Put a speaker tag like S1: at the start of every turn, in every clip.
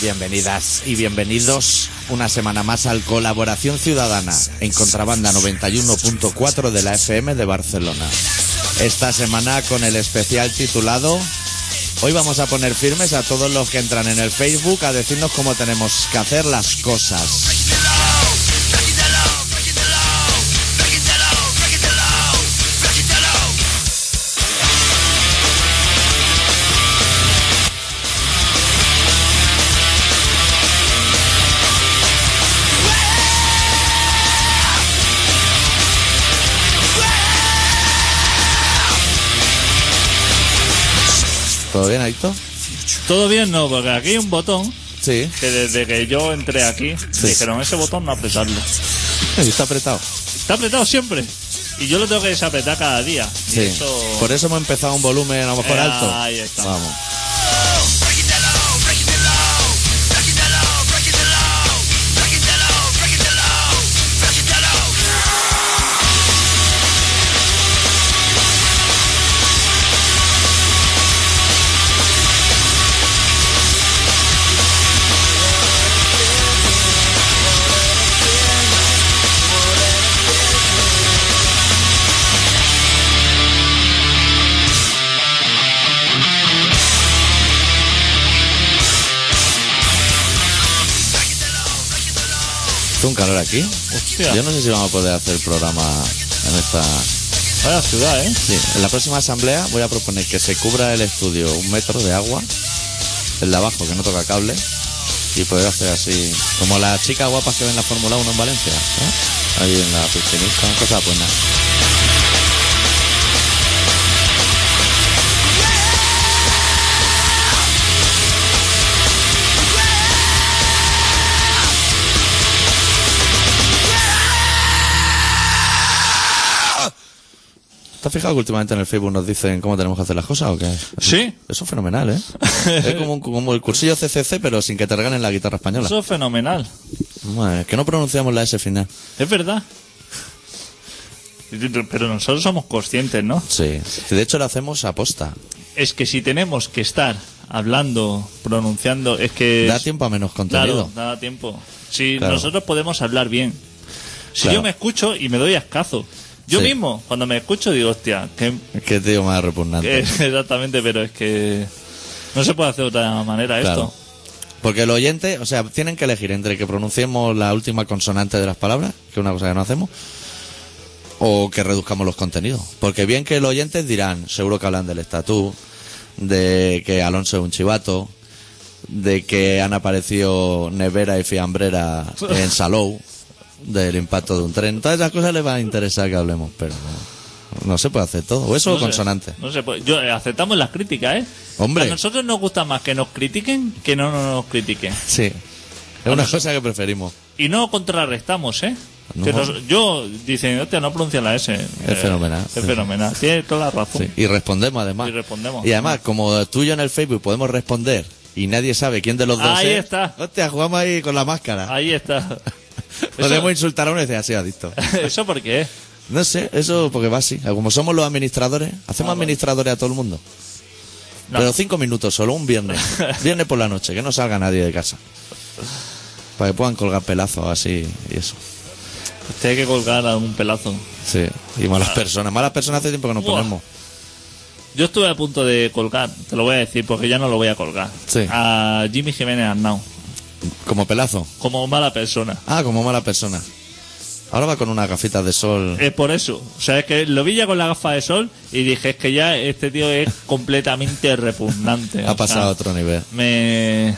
S1: Bienvenidas y bienvenidos una semana más al Colaboración Ciudadana en Contrabanda 91.4 de la FM de Barcelona. Esta semana con el especial titulado Hoy vamos a poner firmes a todos los que entran en el Facebook a decirnos cómo tenemos que hacer las cosas. ¿Todo bien, Adicto?
S2: Todo bien, no, porque aquí hay un botón
S1: Sí.
S2: que desde que yo entré aquí dijeron ese botón no apretarlo.
S1: Está apretado.
S2: Está apretado siempre. Y yo lo tengo que desapretar cada día. Y
S1: Sí.
S2: eso-
S1: Por eso hemos empezado un volumen a lo mejor
S2: Eh,
S1: alto.
S2: ahí está.
S1: Vamos. Hace un calor aquí.
S2: Hostia.
S1: Yo no sé si vamos a poder hacer programa en esta.
S2: Vaya ciudad, ¿eh?
S1: Sí, en la próxima asamblea voy a proponer que se cubra el estudio un metro de agua, el de abajo que no toca cable, y poder hacer así, como las chicas guapas que ven la Fórmula 1 en Valencia, ¿eh? ahí en la piscinita, cosas buenas. ¿Te has fijado que últimamente en el Facebook nos dicen cómo tenemos que hacer las cosas o qué?
S2: Sí.
S1: Eso es fenomenal, ¿eh? es como, un- como el cursillo CCC, pero sin que te regalen la guitarra española.
S2: Eso es fenomenal.
S1: Madre, que no pronunciamos la S final.
S2: Es verdad. Pero nosotros somos conscientes, ¿no?
S1: Sí. De hecho, lo hacemos aposta.
S2: Es que si tenemos que estar hablando, pronunciando, es que...
S1: Da tiempo a menos contenido.
S2: Claro, da tiempo. Si
S1: Claro.
S2: nosotros podemos hablar bien. Si
S1: Claro.
S2: yo me escucho y me doy ascazo. Yo
S1: Sí.
S2: mismo, cuando me escucho, digo, hostia, que,
S1: Qué tío más repugnante.
S2: que- exactamente, pero es que no se puede hacer de otra manera
S1: Claro.
S2: esto.
S1: Porque el oyente, o sea, tienen que elegir entre que pronunciemos la última consonante de las palabras, que es una cosa que no hacemos, o que reduzcamos los contenidos. Porque bien que los oyentes dirán, seguro que hablan del estatú, de que Alonso es un chivato, de que han aparecido nevera y fiambrera en Salou, del impacto de un tren. Todas esas cosas les va a interesar que hablemos, pero no, no se puede hacer todo. O eso
S2: No
S1: o
S2: se-
S1: consonante.
S2: no se puede. Yo, eh, aceptamos las críticas, ¿eh?
S1: Hombre.
S2: A nosotros nos gusta más que nos critiquen que no nos critiquen.
S1: Sí. Es una cosa que preferimos.
S2: Y no contrarrestamos, ¿eh?
S1: No.
S2: Que nos- yo, dicen, hostia, no pronuncia la S. Es
S1: fenomenal.
S2: Es fenomenal. Tiene toda la razón.
S1: Sí, Y respondemos además.
S2: Y respondemos.
S1: Y además, como tú y yo en el Facebook podemos responder y nadie sabe quién de los dos
S2: Ahí
S1: es.
S2: está.
S1: Hostia, jugamos ahí con la máscara.
S2: Ahí está.
S1: Podemos insultar a uno y decir así, adicto.
S2: ¿Eso por qué es?
S1: No sé, eso porque va así. Como somos los administradores, hacemos administradores a todo el mundo.
S2: Ah, No.
S1: Pero cinco minutos solo, un viernes. viernes por la noche, que no salga nadie de casa. Para que puedan colgar pelazos así y eso.
S2: Tiene que colgar a un pelazo.
S1: Sí. Y malas personas. Malas personas hace tiempo que nos
S2: Buah.
S1: ponemos.
S2: Yo estuve a punto de colgar, te lo voy a decir porque ya no lo voy a colgar.
S1: Sí.
S2: A Jimmy Jiménez Arnau,
S1: Como pelazo.
S2: como mala persona.
S1: Ah, como mala persona. Ahora va con unas gafitas de sol.
S2: Es por eso. O sea, es que lo vi ya con la gafa de sol y dije, es que ya este tío es completamente repugnante.
S1: Ha
S2: O
S1: pasado a
S2: sea,
S1: otro nivel.
S2: Me...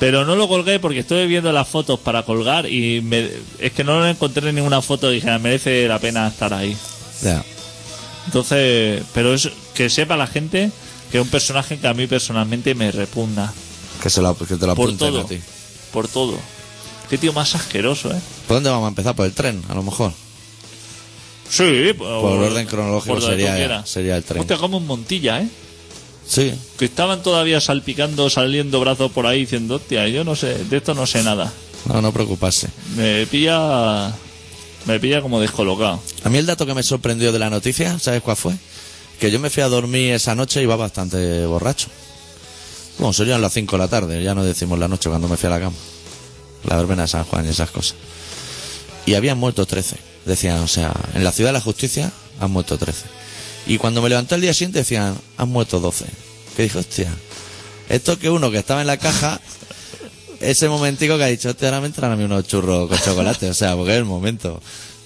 S2: Pero no lo colgué porque estuve viendo las fotos para colgar y me- es que no encontré ninguna foto y dije, "Ah, merece la pena estar ahí.
S1: Ya.
S2: Entonces, pero es que sepa la gente que es un personaje que a mí personalmente me repugna.
S1: Que, se lo, que te lo
S2: Por
S1: apunten
S2: todo.
S1: a ti.
S2: Por todo. Qué tío más asqueroso, ¿eh?
S1: ¿Por dónde vamos a empezar? Por el tren, a lo mejor.
S2: Sí, por,
S1: Por orden cronológico
S2: por donde
S1: sería-
S2: tú quieras.
S1: sería el tren.
S2: Hostia, como en Montilla, ¿eh?
S1: Sí.
S2: Que estaban todavía salpicando, saliendo brazos por ahí diciendo, hostia, yo no sé, de esto no sé nada.
S1: No, no preocuparse.
S2: Me pilla. Me pilla como descolocado.
S1: A mí el dato que me sorprendió de la noticia, ¿sabes cuál fue? Que yo me fui a dormir esa noche y iba bastante borracho. Bueno, serían las 5 de la tarde, ya no decimos la noche cuando me fui a la cama. La verbena de San Juan y esas cosas. Y habían muerto 13. Decían, o sea, en la ciudad de la justicia han muerto 13. Y cuando me levanté el día siguiente decían, han muerto 12. Que dije, hostia, esto que uno que estaba en la caja, ese momentico que ha dicho, hostia, ahora me entran a mí unos churros con chocolate. O sea, porque es el momento.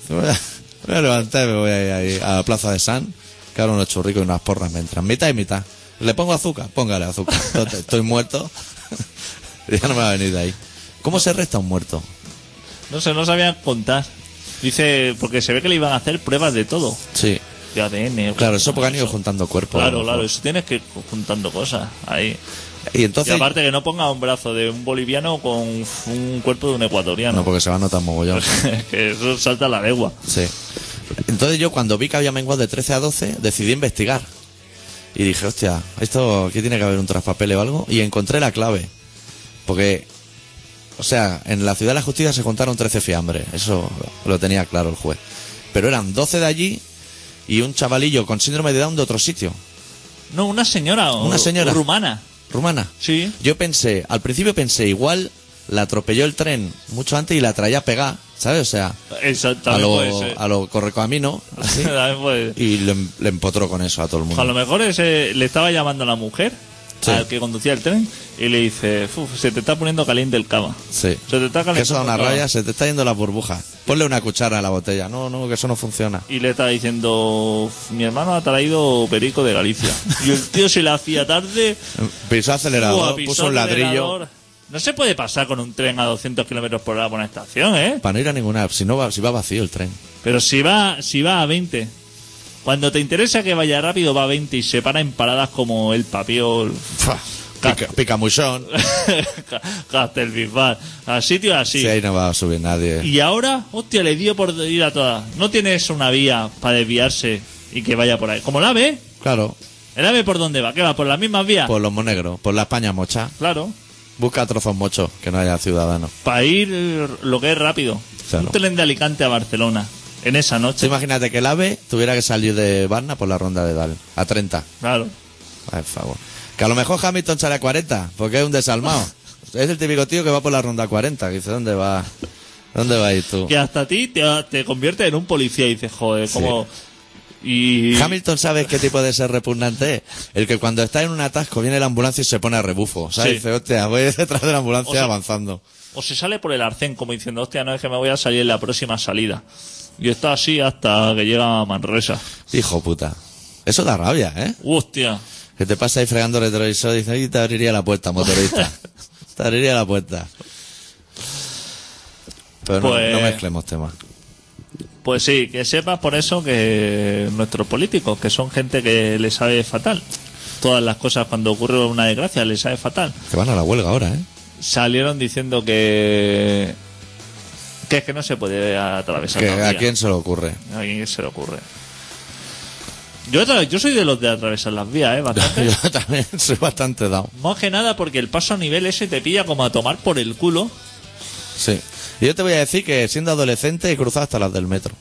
S1: Me voy a- me voy a levantar y me voy a ir ahí a la Plaza de San, que ahora unos churricos y unas porras me entran. Mitad y mitad. ¿Le pongo azúcar? Póngale azúcar. Total, Estoy muerto. ya no me va a venir de ahí. ¿Cómo se resta un muerto?
S2: No sé, no sabían contar. Dice, porque se ve que le iban a hacer pruebas de todo.
S1: Sí.
S2: De ADN.
S1: Claro, eso porque han ido juntando cuerpos. a
S2: Claro,
S1: lo
S2: claro,
S1: mejor.
S2: eso tienes que ir juntando cosas ahí.
S1: Y entonces.
S2: y aparte que no ponga un brazo de un boliviano con un cuerpo de un
S1: No,
S2: ecuatoriano.
S1: porque se va a notar mogollón.
S2: que eso salta la lengua.
S1: Sí. Entonces yo cuando vi que había menguado de 13 a 12, decidí investigar. Y dije, hostia, esto aquí tiene que haber un traspapel o algo. Y encontré la clave. Porque, o sea, en la ciudad de la justicia se contaron 13 fiambres. Eso lo tenía claro el juez. Pero eran 12 de allí y un chavalillo con síndrome de Down de otro sitio.
S2: No, una señora. o-
S1: Una señora.
S2: Rumana.
S1: Rumana.
S2: Sí.
S1: Yo pensé, al principio pensé, igual la atropelló el tren mucho antes y la traía pegada, ¿sabes? O sea, a
S2: Exactamente.
S1: lo,
S2: puede ser.
S1: a lo correcamino, así.
S2: También puede-
S1: Y le, le empotró con eso a todo el
S2: A lo
S1: mundo.
S2: mejor ese, le estaba llamando a la mujer,
S1: Sí.
S2: al que conducía el tren, y le dice, "Uf, se te está poniendo caliente el cava.
S1: Sí.
S2: Se te está
S1: Que eso da
S2: calentando
S1: una
S2: el cava.
S1: raya, se te está yendo las burbujas. Ponle una cuchara a la botella. No, no, que eso no funciona.
S2: Y le estaba diciendo, "Uf, mi hermano ha traído perico de Galicia. Y el tío se la hacía tarde.
S1: Pisó acelerador,
S2: ¡buah, pisó
S1: puso un
S2: el
S1: ladrillo.
S2: acelerador! No se puede pasar con un tren a 200 kilómetros por hora por una estación, ¿eh?
S1: Para no ir a ninguna, si no va, si va vacío el tren.
S2: Pero si va, si va a 20. Cuando te interesa que vaya rápido, va a 20 y se para en paradas como el papiol.
S1: Pica, picamuchón.
S2: Castelbisbal. A sitios así.
S1: Sí, ahí no va a subir nadie.
S2: Y ahora, hostia, le dio por ir a todas. No tienes una vía para desviarse y que vaya por ahí. Como el ave,
S1: Claro,
S2: el ave por dónde va, que va por las mismas vías.
S1: por los monegros, por la España mocha.
S2: Claro,
S1: Busca trozos mochos, que no haya ciudadanos.
S2: para ir eh, lo que es rápido.
S1: Claro.
S2: Un tren de Alicante a Barcelona en esa
S1: Tú
S2: noche.
S1: imagínate que el ave tuviera que salir de Varna por la ronda de Dal, a 30.
S2: Claro.
S1: Por favor. Que a lo mejor Hamilton sale a 40, porque es un desalmado. es el típico tío que va por la ronda 40, que dice, ¿dónde va? ¿Dónde vas a ir tú?
S2: Que hasta ti te, te convierte en un policía y dices, joder, como. Y.
S1: Hamilton, ¿sabes qué tipo de ser repugnante es? El que cuando está en un atasco viene la ambulancia y se pone a rebufo. ¿Sabes?
S2: Sí.
S1: Dice, hostia, voy detrás de la ambulancia
S2: O sea-
S1: avanzando.
S2: O se sale por el arcén como diciendo, hostia, no es que me voy a salir en la próxima salida. Y está así hasta que llega a Manresa.
S1: Hijo puta. Eso da rabia, ¿eh?
S2: Hostia.
S1: Que te pasa ahí fregando el retrovisor y dices, "Ay, te abriría la puerta, motorista. te abriría la puerta. Pero no-
S2: Pues-
S1: no mezclemos temas.
S2: Pues sí, que sepas por eso que nuestros políticos, que son gente que le sabe fatal, todas las cosas cuando ocurre una desgracia les sabe fatal,
S1: Que van a la huelga ahora, ¿eh?
S2: salieron diciendo que que es que no se puede atravesar.
S1: Que
S2: la
S1: a
S2: vía.
S1: quién se le ocurre.
S2: ¿A quién se le ocurre? Yo, atra- yo soy de los de atravesar las vías, ¿eh? Bastante.
S1: Yo también soy bastante down.
S2: Más que nada porque el paso a nivel ese te pilla como a tomar por el culo.
S1: Sí. Y yo te voy a decir que siendo adolescente he cruzado hasta las del metro.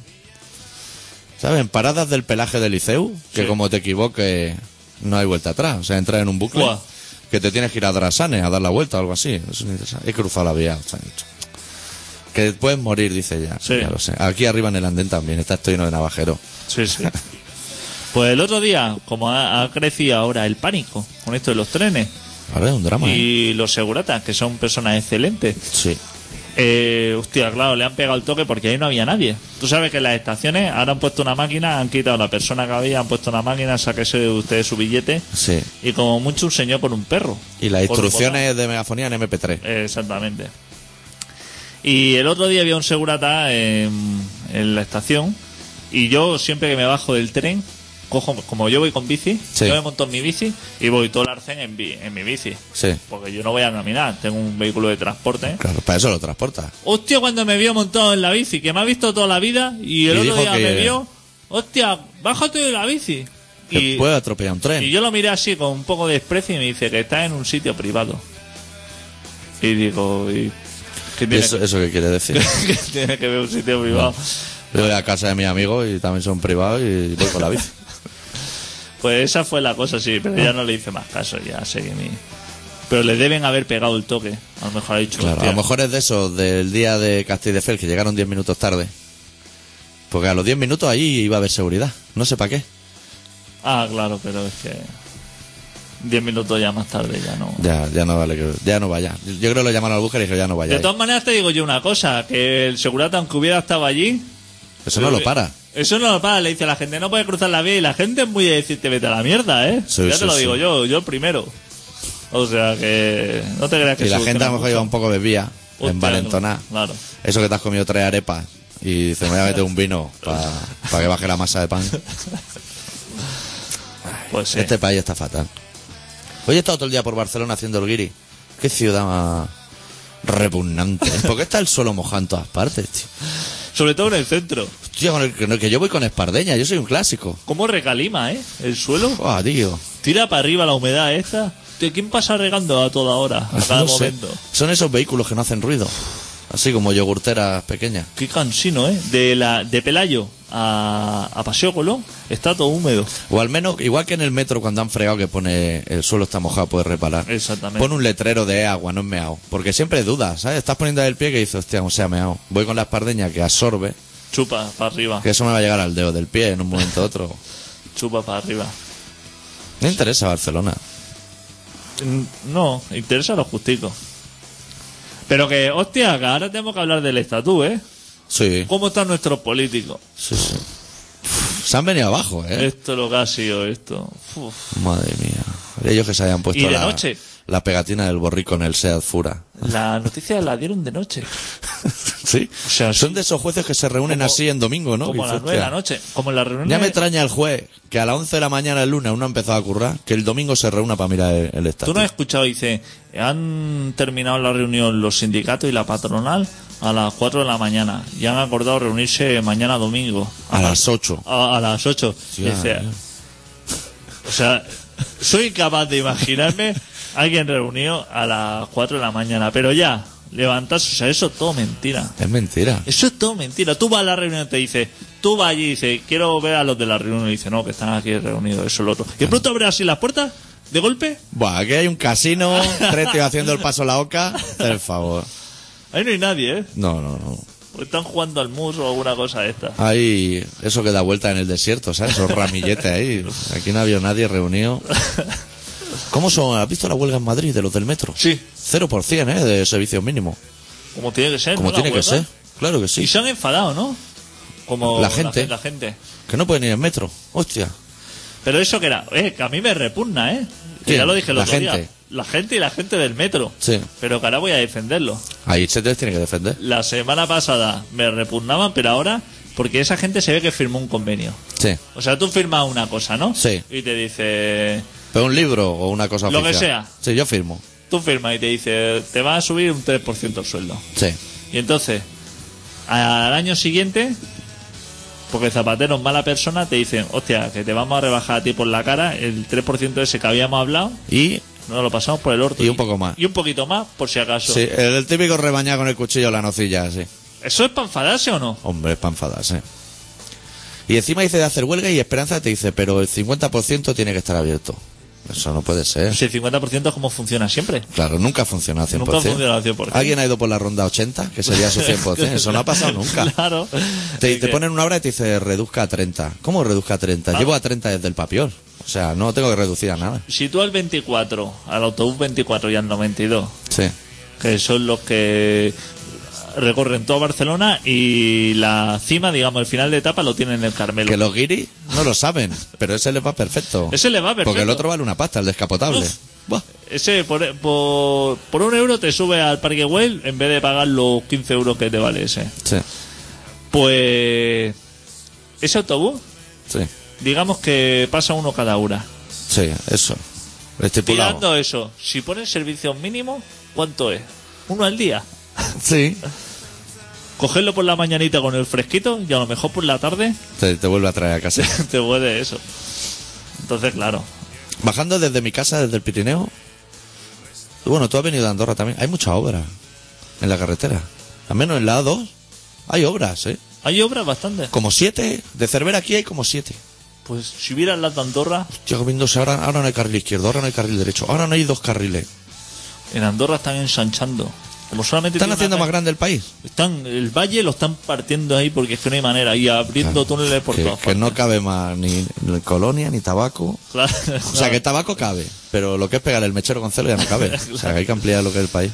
S1: ¿Sabes? En paradas del pelaje del liceu, que
S2: Sí.
S1: como te equivoques no hay vuelta atrás. O sea, entras en un bucle
S2: Buah.
S1: que te tienes que ir a Drasanes a dar la vuelta o algo así. Eso es interesante. He cruzado la vía. o sea, que puedes morir, dice ya.
S2: Sí.
S1: Ya lo sé. Aquí arriba en el andén también. Está esto lleno de navajeros.
S2: Sí, sí. Pues el otro día, como ha- ha crecido ahora el pánico con esto de los trenes,
S1: Ahora es un drama, ¿eh?
S2: Y los seguratas, que son personas excelentes.
S1: Sí.
S2: Eh, hostia, claro, le han pegado el toque porque ahí no había nadie. Tú sabes que en las estaciones ahora han puesto una máquina, han quitado a la persona que había, han puesto una máquina, sáquese usted su billete.
S1: Sí.
S2: Y como mucho un señor por un perro.
S1: Y las
S2: Por un
S1: instrucciones de megafonía en MP3.
S2: botón. Eh, Exactamente. Y el otro día había un segurata en, en la estación. Y yo siempre que me bajo del tren, cojo, como yo voy con bici,
S1: Sí.
S2: yo me monto en mi bici y voy todo el arcén en, bi- en mi bici.
S1: Sí.
S2: Porque yo no voy a caminar, tengo un vehículo de transporte.
S1: Claro, para eso lo transporta.
S2: Hostia, cuando me vio montado en la bici, que me ha visto toda la vida y el
S1: Y
S2: otro
S1: dijo
S2: día
S1: que-
S2: me vio, hostia, bájate de la bici.
S1: Que
S2: Y,
S1: puede atropellar un tren.
S2: y yo lo miré así con un poco de desprecio y me dice que está en un sitio privado. Y digo, ¿y ¿qué tiene,
S1: ¿Eso, ¿Eso qué quiere decir?
S2: ¿qué tiene que ver un sitio privado?
S1: Yo voy a casa de mis amigos y también son privados y voy con la bici.
S2: Pues esa fue la cosa, sí, pero ya no le hice más caso, ya sé que mi... Pero le deben haber pegado el toque. A lo mejor ha dicho.
S1: Claro, a
S2: "Hostia".
S1: lo mejor es de esos del día de Castilla de Fel que llegaron 10 minutos tarde. Porque a los 10 minutos allí iba a haber seguridad. No sé para qué.
S2: Ah, claro, pero es que. Diez minutos ya más tarde ya no.
S1: Ya, ya no vale, que- ya no vaya. Yo creo que lo llamaron al búnker y dijeron ya no
S2: De
S1: vaya.
S2: todas maneras te digo yo una cosa, que el segurata aunque hubiera estado allí...
S1: Eso no lo para.
S2: Eso no lo para, le dice a la gente, no puede cruzar la vía y la gente es muy de decirte vete a la mierda, ¿eh?
S1: Sí,
S2: ya
S1: sí,
S2: te lo
S1: sí.
S2: digo yo, yo el primero. O sea que no te creas que...
S1: Y la gente a lo
S2: soluciona
S1: mejor iba un
S2: mucho.
S1: poco bebida,
S2: Hostia,
S1: envalentonada.
S2: no, Claro.
S1: Eso que te has comido tres arepas y dices, me voy a meter un vino para que baje la masa de pan.
S2: Pues sí.
S1: Este país está fatal. Hoy he estado todo el día por Barcelona haciendo el guiri. Qué ciudad más repugnante. ¿eh? ¿Por qué está el suelo mojado en todas partes, tío?
S2: Sobre todo en el centro.
S1: Hostia, con el, con el que yo voy con espardeña, yo soy un clásico.
S2: ¿Cómo recalima, eh? El suelo.
S1: Buah, tío.
S2: Tira para arriba la humedad esta. ¿De quién pasa regando a toda hora? A cada
S1: No sé.
S2: momento.
S1: Son esos vehículos que no hacen ruido. Así como yogurteras pequeñas.
S2: Qué cansino, ¿eh? De, la, de Pelayo a, a Paseo Colón está todo húmedo.
S1: O al menos, igual que en el metro cuando han fregado que pone el suelo está mojado, puedes reparar.
S2: Exactamente.
S1: Pon un letrero de "Eh, agua, no es meao. Porque siempre dudas, ¿sabes? Estás poniendo el pie que dices, hostia, o sea, meao. Voy con la espardeña que absorbe,
S2: Chupa para arriba,
S1: que eso me va a llegar al dedo del pie en un momento u otro.
S2: chupa para arriba.
S1: No interesa Barcelona.
S2: Mm, No, interesa a los justicos. Pero que, hostia, que ahora tenemos que hablar del estatú, ¿eh?
S1: Sí,
S2: ¿Cómo están nuestros políticos?
S1: sí, sí. Se han venido abajo, ¿eh?
S2: Esto lo que ha sido esto. Uf.
S1: Madre mía. Ellos que se hayan puesto
S2: Y de
S1: la,
S2: noche.
S1: la pegatina del borrico en el Seat Fura.
S2: La noticia la dieron de noche.
S1: ¿Sí?
S2: sea,
S1: Son
S2: sí.
S1: de esos jueces que se reúnen
S2: Como-
S1: así en domingo, ¿no?
S2: como
S1: Y
S2: a las
S1: dices,
S2: nueve de la
S1: hostia,
S2: noche. Como en la reunión.
S1: Ya me extraña el juez que a las 11 de la mañana el lunes uno ha empezado a currar, que el domingo se reúna para mirar el, el
S2: Tú
S1: estatus.
S2: no has escuchado, dice, han terminado la reunión los sindicatos y la patronal a las 4 de la mañana y han acordado reunirse mañana domingo
S1: A las 8.
S2: a, a las 8.
S1: Sí, ah,
S2: o sea, soy incapaz de imaginarme a alguien reunido a las 4 de la mañana, pero ya, levantarse, o sea, eso es todo mentira.
S1: Es mentira.
S2: Eso es todo mentira. Tú vas a la reunión y te dice, tú vas allí y dices, quiero ver a los de la reunión. Y dice, no, que están aquí reunidos, eso, lo otro. Y de
S1: Ah.
S2: pronto abres así las puertas, de golpe,
S1: Buah, aquí hay un casino, tres tíos haciendo el paso a la oca. Por favor.
S2: ahí no hay nadie, ¿eh?
S1: No, no, no.
S2: O están jugando al mus o alguna cosa de esta.
S1: Hay eso que da vuelta en el desierto, ¿sabes? Esos ramilletes ahí. Aquí no había nadie reunido. ¿Cómo son? ¿Has visto la huelga en Madrid de los del metro?
S2: Sí.
S1: 0%, ¿eh? De servicios mínimos.
S2: Como tiene que ser.
S1: Como
S2: ¿no? La
S1: tiene que
S2: huelga.
S1: ser. Claro que
S2: Y
S1: sí.
S2: se han enfadado, ¿no? Como
S1: La gente.
S2: gen- La, gente.
S1: Que no pueden ir en metro. Hostia.
S2: Pero eso que era, eh, que a mí me repugna, ¿eh? Que
S1: ¿Quién?
S2: ya lo dije el
S1: La
S2: otro día.
S1: gente.
S2: La gente y la gente del metro.
S1: Sí.
S2: Pero que ahora voy a defenderlo.
S1: Ahí se te tiene que defender.
S2: La semana pasada me repugnaban, pero ahora, porque esa gente se ve que firmó un convenio.
S1: Sí.
S2: O sea, tú firmas una cosa, ¿no?
S1: Sí.
S2: Y te dice,
S1: Pero un libro o una cosa
S2: Lo
S1: oficial.
S2: que sea.
S1: Sí, yo firmo.
S2: tú firmas y te dice, te va a subir un 3% el sueldo.
S1: Sí.
S2: Y entonces, al año siguiente, porque Zapatero es mala persona, te dicen, hostia, que te vamos a rebajar a ti por la cara el 3% ese que habíamos hablado,
S1: Y
S2: no lo pasamos por el orto.
S1: Y un poco más.
S2: Y un poquito más, por si acaso.
S1: sí, el, el típico rebañado con el cuchillo en la nocilla, sí.
S2: ¿Eso es para enfadarse o no?
S1: Hombre, es para enfadarse. Y encima dice de hacer huelga y Esperanza te dice, pero el 50% tiene que estar abierto. Eso no puede ser.
S2: Si el 50% es como funciona siempre.
S1: Claro, nunca ha funcionado al 100%.
S2: Nunca ha funcionado al 100%.
S1: Alguien ha ido por la ronda 80, que sería su 100%. Eso no ha pasado nunca.
S2: Claro. Eh,
S1: Te,
S2: Es
S1: te
S2: que-
S1: ponen una hora y te dice, reduzca a 30. ¿Cómo reduzca a
S2: Ah.
S1: 30? Llevo a 30 desde el papiol. O sea, no tengo que reducir a nada.
S2: Si tú al 24, al autobús 24 y al 92,
S1: Sí.
S2: que son los que recorren toda Barcelona y la cima, digamos, el final de etapa lo tienen en el Carmelo.
S1: Que los guiris no lo saben, pero ese les va perfecto.
S2: Ese les va perfecto.
S1: Porque el otro vale una pasta, el descapotable.
S2: Uf.
S1: Buah.
S2: Ese por, por, por un euro te sube al Parque Güell en vez de pagar los 15 euros que te vale ese.
S1: Sí,
S2: Pues ese autobús,
S1: sí,
S2: digamos que pasa uno cada hora.
S1: sí, eso. Estipulado.
S2: Tirando eso, si ponen servicio mínimo, ¿cuánto es? Uno al día.
S1: Sí.
S2: Cogerlo por la mañanita con el fresquito y a lo mejor por la tarde
S1: Te, te vuelve a traer a casa.
S2: te puede eso. Entonces, claro.
S1: Bajando desde mi casa, desde el Pirineo. Bueno, tú has venido de Andorra también. Hay mucha obra en la carretera. Al menos en la A2 hay obras, ¿eh?
S2: Hay obras bastante.
S1: Como siete. De Cervera aquí hay como siete.
S2: Pues si vieran las de Andorra,
S1: Llego viéndose ahora, ahora no hay carril izquierdo, ahora no hay carril derecho, ahora no hay dos carriles.
S2: En Andorra están ensanchando. Como solamente
S1: Están
S2: tiene
S1: haciendo
S2: una calle-
S1: más grande el país.
S2: Están, el valle lo están partiendo ahí porque es que no hay manera. Y abriendo túneles por
S1: que,
S2: todas
S1: que
S2: partes.
S1: no cabe más ni colonia ni tabaco.
S2: Claro,
S1: O sea, que tabaco cabe, pero lo que es pegar el mechero con celo ya no cabe. O sea, que hay que ampliar lo que es el país.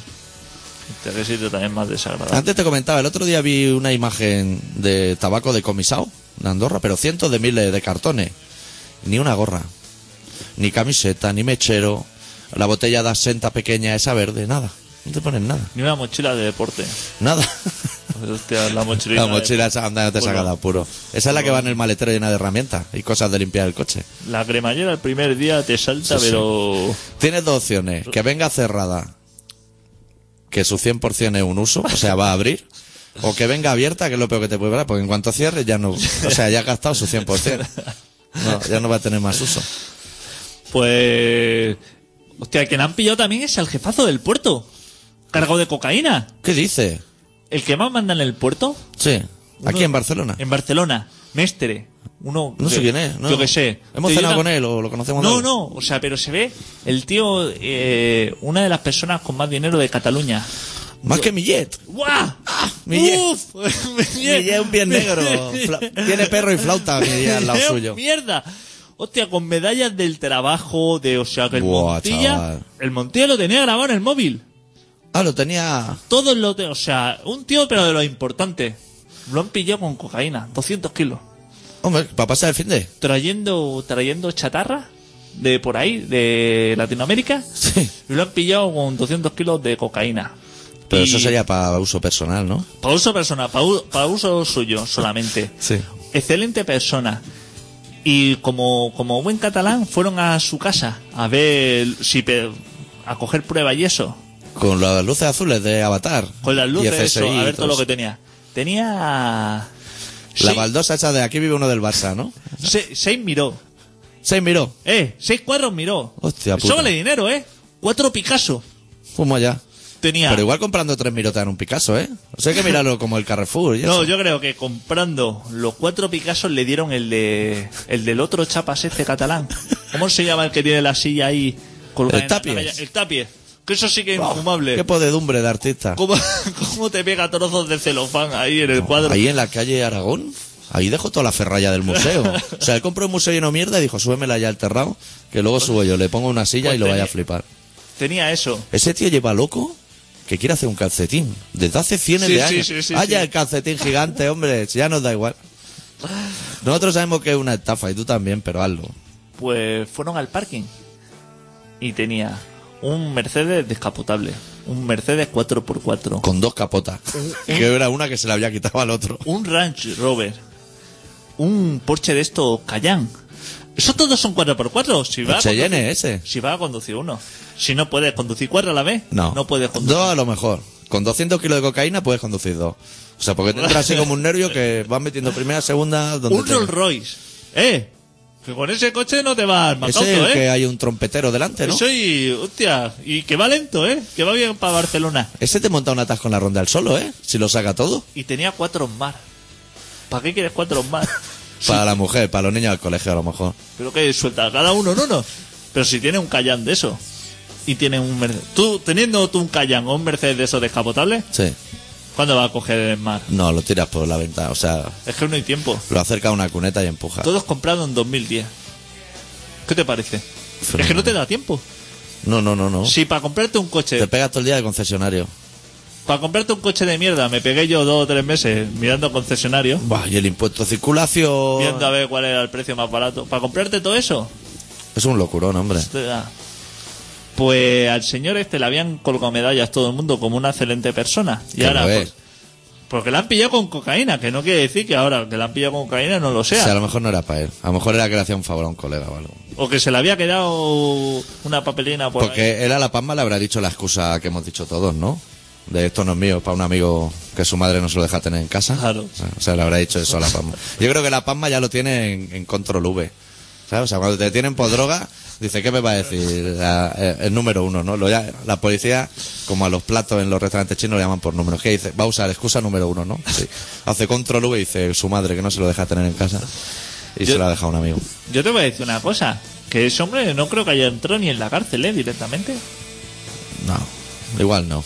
S2: Este sitio también es más desagradable.
S1: Antes te comentaba, el otro día vi una imagen de tabaco decomisado en Andorra, pero cientos de miles de cartones. Ni una gorra, ni camiseta, ni mechero, la botella de asenta pequeña, esa verde, nada. No te ponen nada,
S2: Ni una mochila de deporte.
S1: nada.
S2: Hostia, la mochilita
S1: La
S2: de-
S1: mochila esa anda no te
S2: Puro.
S1: saca de apuro. Esa es la que va en el maletero llena de herramientas y cosas de limpiar el coche.
S2: La cremallera el primer día te salta,
S1: Sí, sí.
S2: pero.
S1: Tienes dos opciones. Que venga cerrada, que su 100% es un uso, o sea, va a abrir. O que venga abierta, que es lo peor que te puede pasar, porque en cuanto cierre ya no... O sea, ya ha gastado su 100%. No, ya no va a tener más uso.
S2: Pues. Hostia, el que me han pillado también es al jefazo del puerto. Cargo de cocaína.
S1: ¿Qué dice?
S2: El que más manda en el puerto,
S1: Sí. Aquí
S2: Uno-
S1: en Barcelona.
S2: en Barcelona, Mestre. Uno,
S1: No sé
S2: que-
S1: quién es. ¿no?
S2: Yo que sé.
S1: ¿Hemos
S2: Te
S1: cenado
S2: llegan-
S1: con él o lo conocemos? de
S2: No,
S1: algo?
S2: no, o sea, pero se ve el tío, eh, una de las personas con más dinero de Cataluña.
S1: Más que Millet.
S2: ¡Guau!
S1: Millet.
S2: ¡Uf! Millet.
S1: Millet es un bien negro. Fla- Tiene perro y flauta Millet al lado
S2: Millet,
S1: suyo.
S2: ¡Mierda! Hostia, con medallas del trabajo, de, o sea, que el
S1: Buah,
S2: Montilla,
S1: chaval.
S2: el Montilla lo tenía grabado en el móvil.
S1: Ah, lo tenía...
S2: Todos lo, te- o sea, un tío, pero de lo importante. Lo han pillado con cocaína, 200 kilos.
S1: Hombre, para pasar el fin de...
S2: Trayendo, trayendo chatarra de por ahí, de Latinoamérica.
S1: Sí.
S2: Y lo han pillado con 200 kilos de cocaína.
S1: Pero
S2: Y
S1: eso sería para uso personal, ¿no?
S2: Para uso personal, para, u- para uso suyo solamente.
S1: Sí.
S2: Excelente persona. Y como, como buen catalán, fueron a su casa a ver si. pe- a coger pruebas y eso.
S1: Con las luces azules de Avatar.
S2: Con las luces,
S1: Y
S2: eso,
S1: FSI y
S2: a ver todo lo
S1: eso.
S2: que tenía. Tenía.
S1: La
S2: seis-
S1: baldosa esa de aquí vive uno del Barça, ¿no?
S2: se- seis miró.
S1: Seis miró.
S2: Eh, seis cuadros miró.
S1: Hostia
S2: Eso
S1: puta.
S2: vale dinero, eh. Cuatro Picasso
S1: Fumo allá.
S2: tenía.
S1: Pero igual comprando tres mirotas en un Picasso, ¿eh? O sea, hay que mirarlo como el Carrefour. y
S2: No,
S1: eso.
S2: yo creo que comprando los cuatro Picassos le dieron el de el del otro chapas este catalán. ¿Cómo se llama el que tiene la silla ahí colgada
S1: El
S2: en la
S1: Tapies.
S2: caballa? El tapies. Que eso sí que es
S1: Oh,
S2: infumable.
S1: Qué podedumbre de artista.
S2: ¿Cómo, cómo te pega trozos de celofán ahí en el cuadro?
S1: Ahí en la calle Aragón. Ahí dejo toda la ferralla del museo. O sea, él compró un museo lleno de mierda y dijo, súbemela ya al terrado, que
S2: Pues
S1: luego subo yo, le pongo una silla y lo vaya a flipar.
S2: Tenía eso.
S1: Ese tío lleva loco que quiere hacer un calcetín. Desde hace cientos
S2: Sí,
S1: de
S2: sí,
S1: años.
S2: sí, sí,
S1: Haya
S2: sí.
S1: el calcetín gigante, hombre. si Ya nos da igual. Nosotros sabemos que es una estafa y tú también, pero hazlo.
S2: Pues fueron al parking y tenía un Mercedes descapotable, un Mercedes 4x4,
S1: Con dos capotas.
S2: ¿Eh?
S1: que era una que se la había quitado al otro.
S2: un Range Rover, un Porsche de estos Cayán. Eso todos son 4x4, si va
S1: El Cheyenne ese.
S2: Si vas a conducir uno. Si no puedes conducir cuatro a la vez,
S1: No.
S2: no puedes conducir.
S1: Dos a lo mejor. Con 200 kilos de cocaína puedes conducir dos. O sea, porque te entra así como un nervio que vas metiendo primera, segunda, donde
S2: un
S1: tengas.
S2: Rolls Royce. ¿Eh? Que con ese coche no te va al
S1: Ese
S2: macauto,
S1: es el que
S2: ¿eh?
S1: hay un trompetero delante, ¿no?
S2: Soy, hostia, y que va lento, ¿eh? Que va bien para Barcelona.
S1: Ese te monta un atasco en la ronda al solo, ¿eh? Si lo saca todo.
S2: Y tenía cuatro más. ¿Para qué quieres cuatro más? Sí,
S1: Para la mujer, para los niños del colegio a lo mejor.
S2: Pero que suelta cada uno en uno. Pero si tiene un Cayán de eso. Y tiene un Mercedes. Tú, teniendo tú un Cayán o un Mercedes de esos descapotables,
S1: Sí.
S2: ¿cuándo vas a coger el mar?
S1: No, lo tiras por la ventana, o sea,
S2: Es que no hay tiempo.
S1: lo acerca a una cuneta y empuja.
S2: Todos comprados en 2010. ¿Qué te parece? Es que no te da tiempo.
S1: No, no, no, no.
S2: Si para comprarte un
S1: Te
S2: coche,
S1: pegas todo el día de concesionario.
S2: para comprarte un coche de mierda, me pegué yo dos o tres meses mirando concesionarios,
S1: Buah, y el impuesto de circulación.
S2: viendo a ver cuál era el precio más barato. Para comprarte todo eso,
S1: Es un locurón, hombre.
S2: te da. ah. Pues al señor este le habían colgado medallas todo el mundo como una excelente persona. Y
S1: Que
S2: ahora,
S1: lo es.
S2: pues, porque la han pillado con cocaína, que no quiere decir que ahora que la han pillado con cocaína no lo
S1: O
S2: sea.
S1: sea, a lo mejor no era para él. A lo mejor era que le hacía un favor a un colega o algo.
S2: O que se le había quedado una papelina por ahí.
S1: Porque él a la Palma le habrá dicho la excusa que hemos dicho todos, ¿no? De esto no es mío, es para un amigo que su madre no se lo deja tener en casa.
S2: Claro.
S1: O sea, le habrá dicho eso a la Palma. Yo creo que la Palma ya lo tiene en, en control V. ¿Sabes? O sea, cuando te detienen por droga, dice, ¿qué me va a decir? La- eh, el número uno, ¿no? Lo ya- la policía, como a los platos en los restaurantes chinos, le llaman por números. ¿Qué dice? Va a usar excusa número uno, ¿no? Sí. Hace control V y dice, su madre que no se lo deja tener en casa. Y
S2: Yo-
S1: se lo ha dejado un amigo.
S2: Yo te voy a decir una cosa, que ese hombre no creo que haya entrado ni en la cárcel, ¿eh? Directamente.
S1: No. Igual no.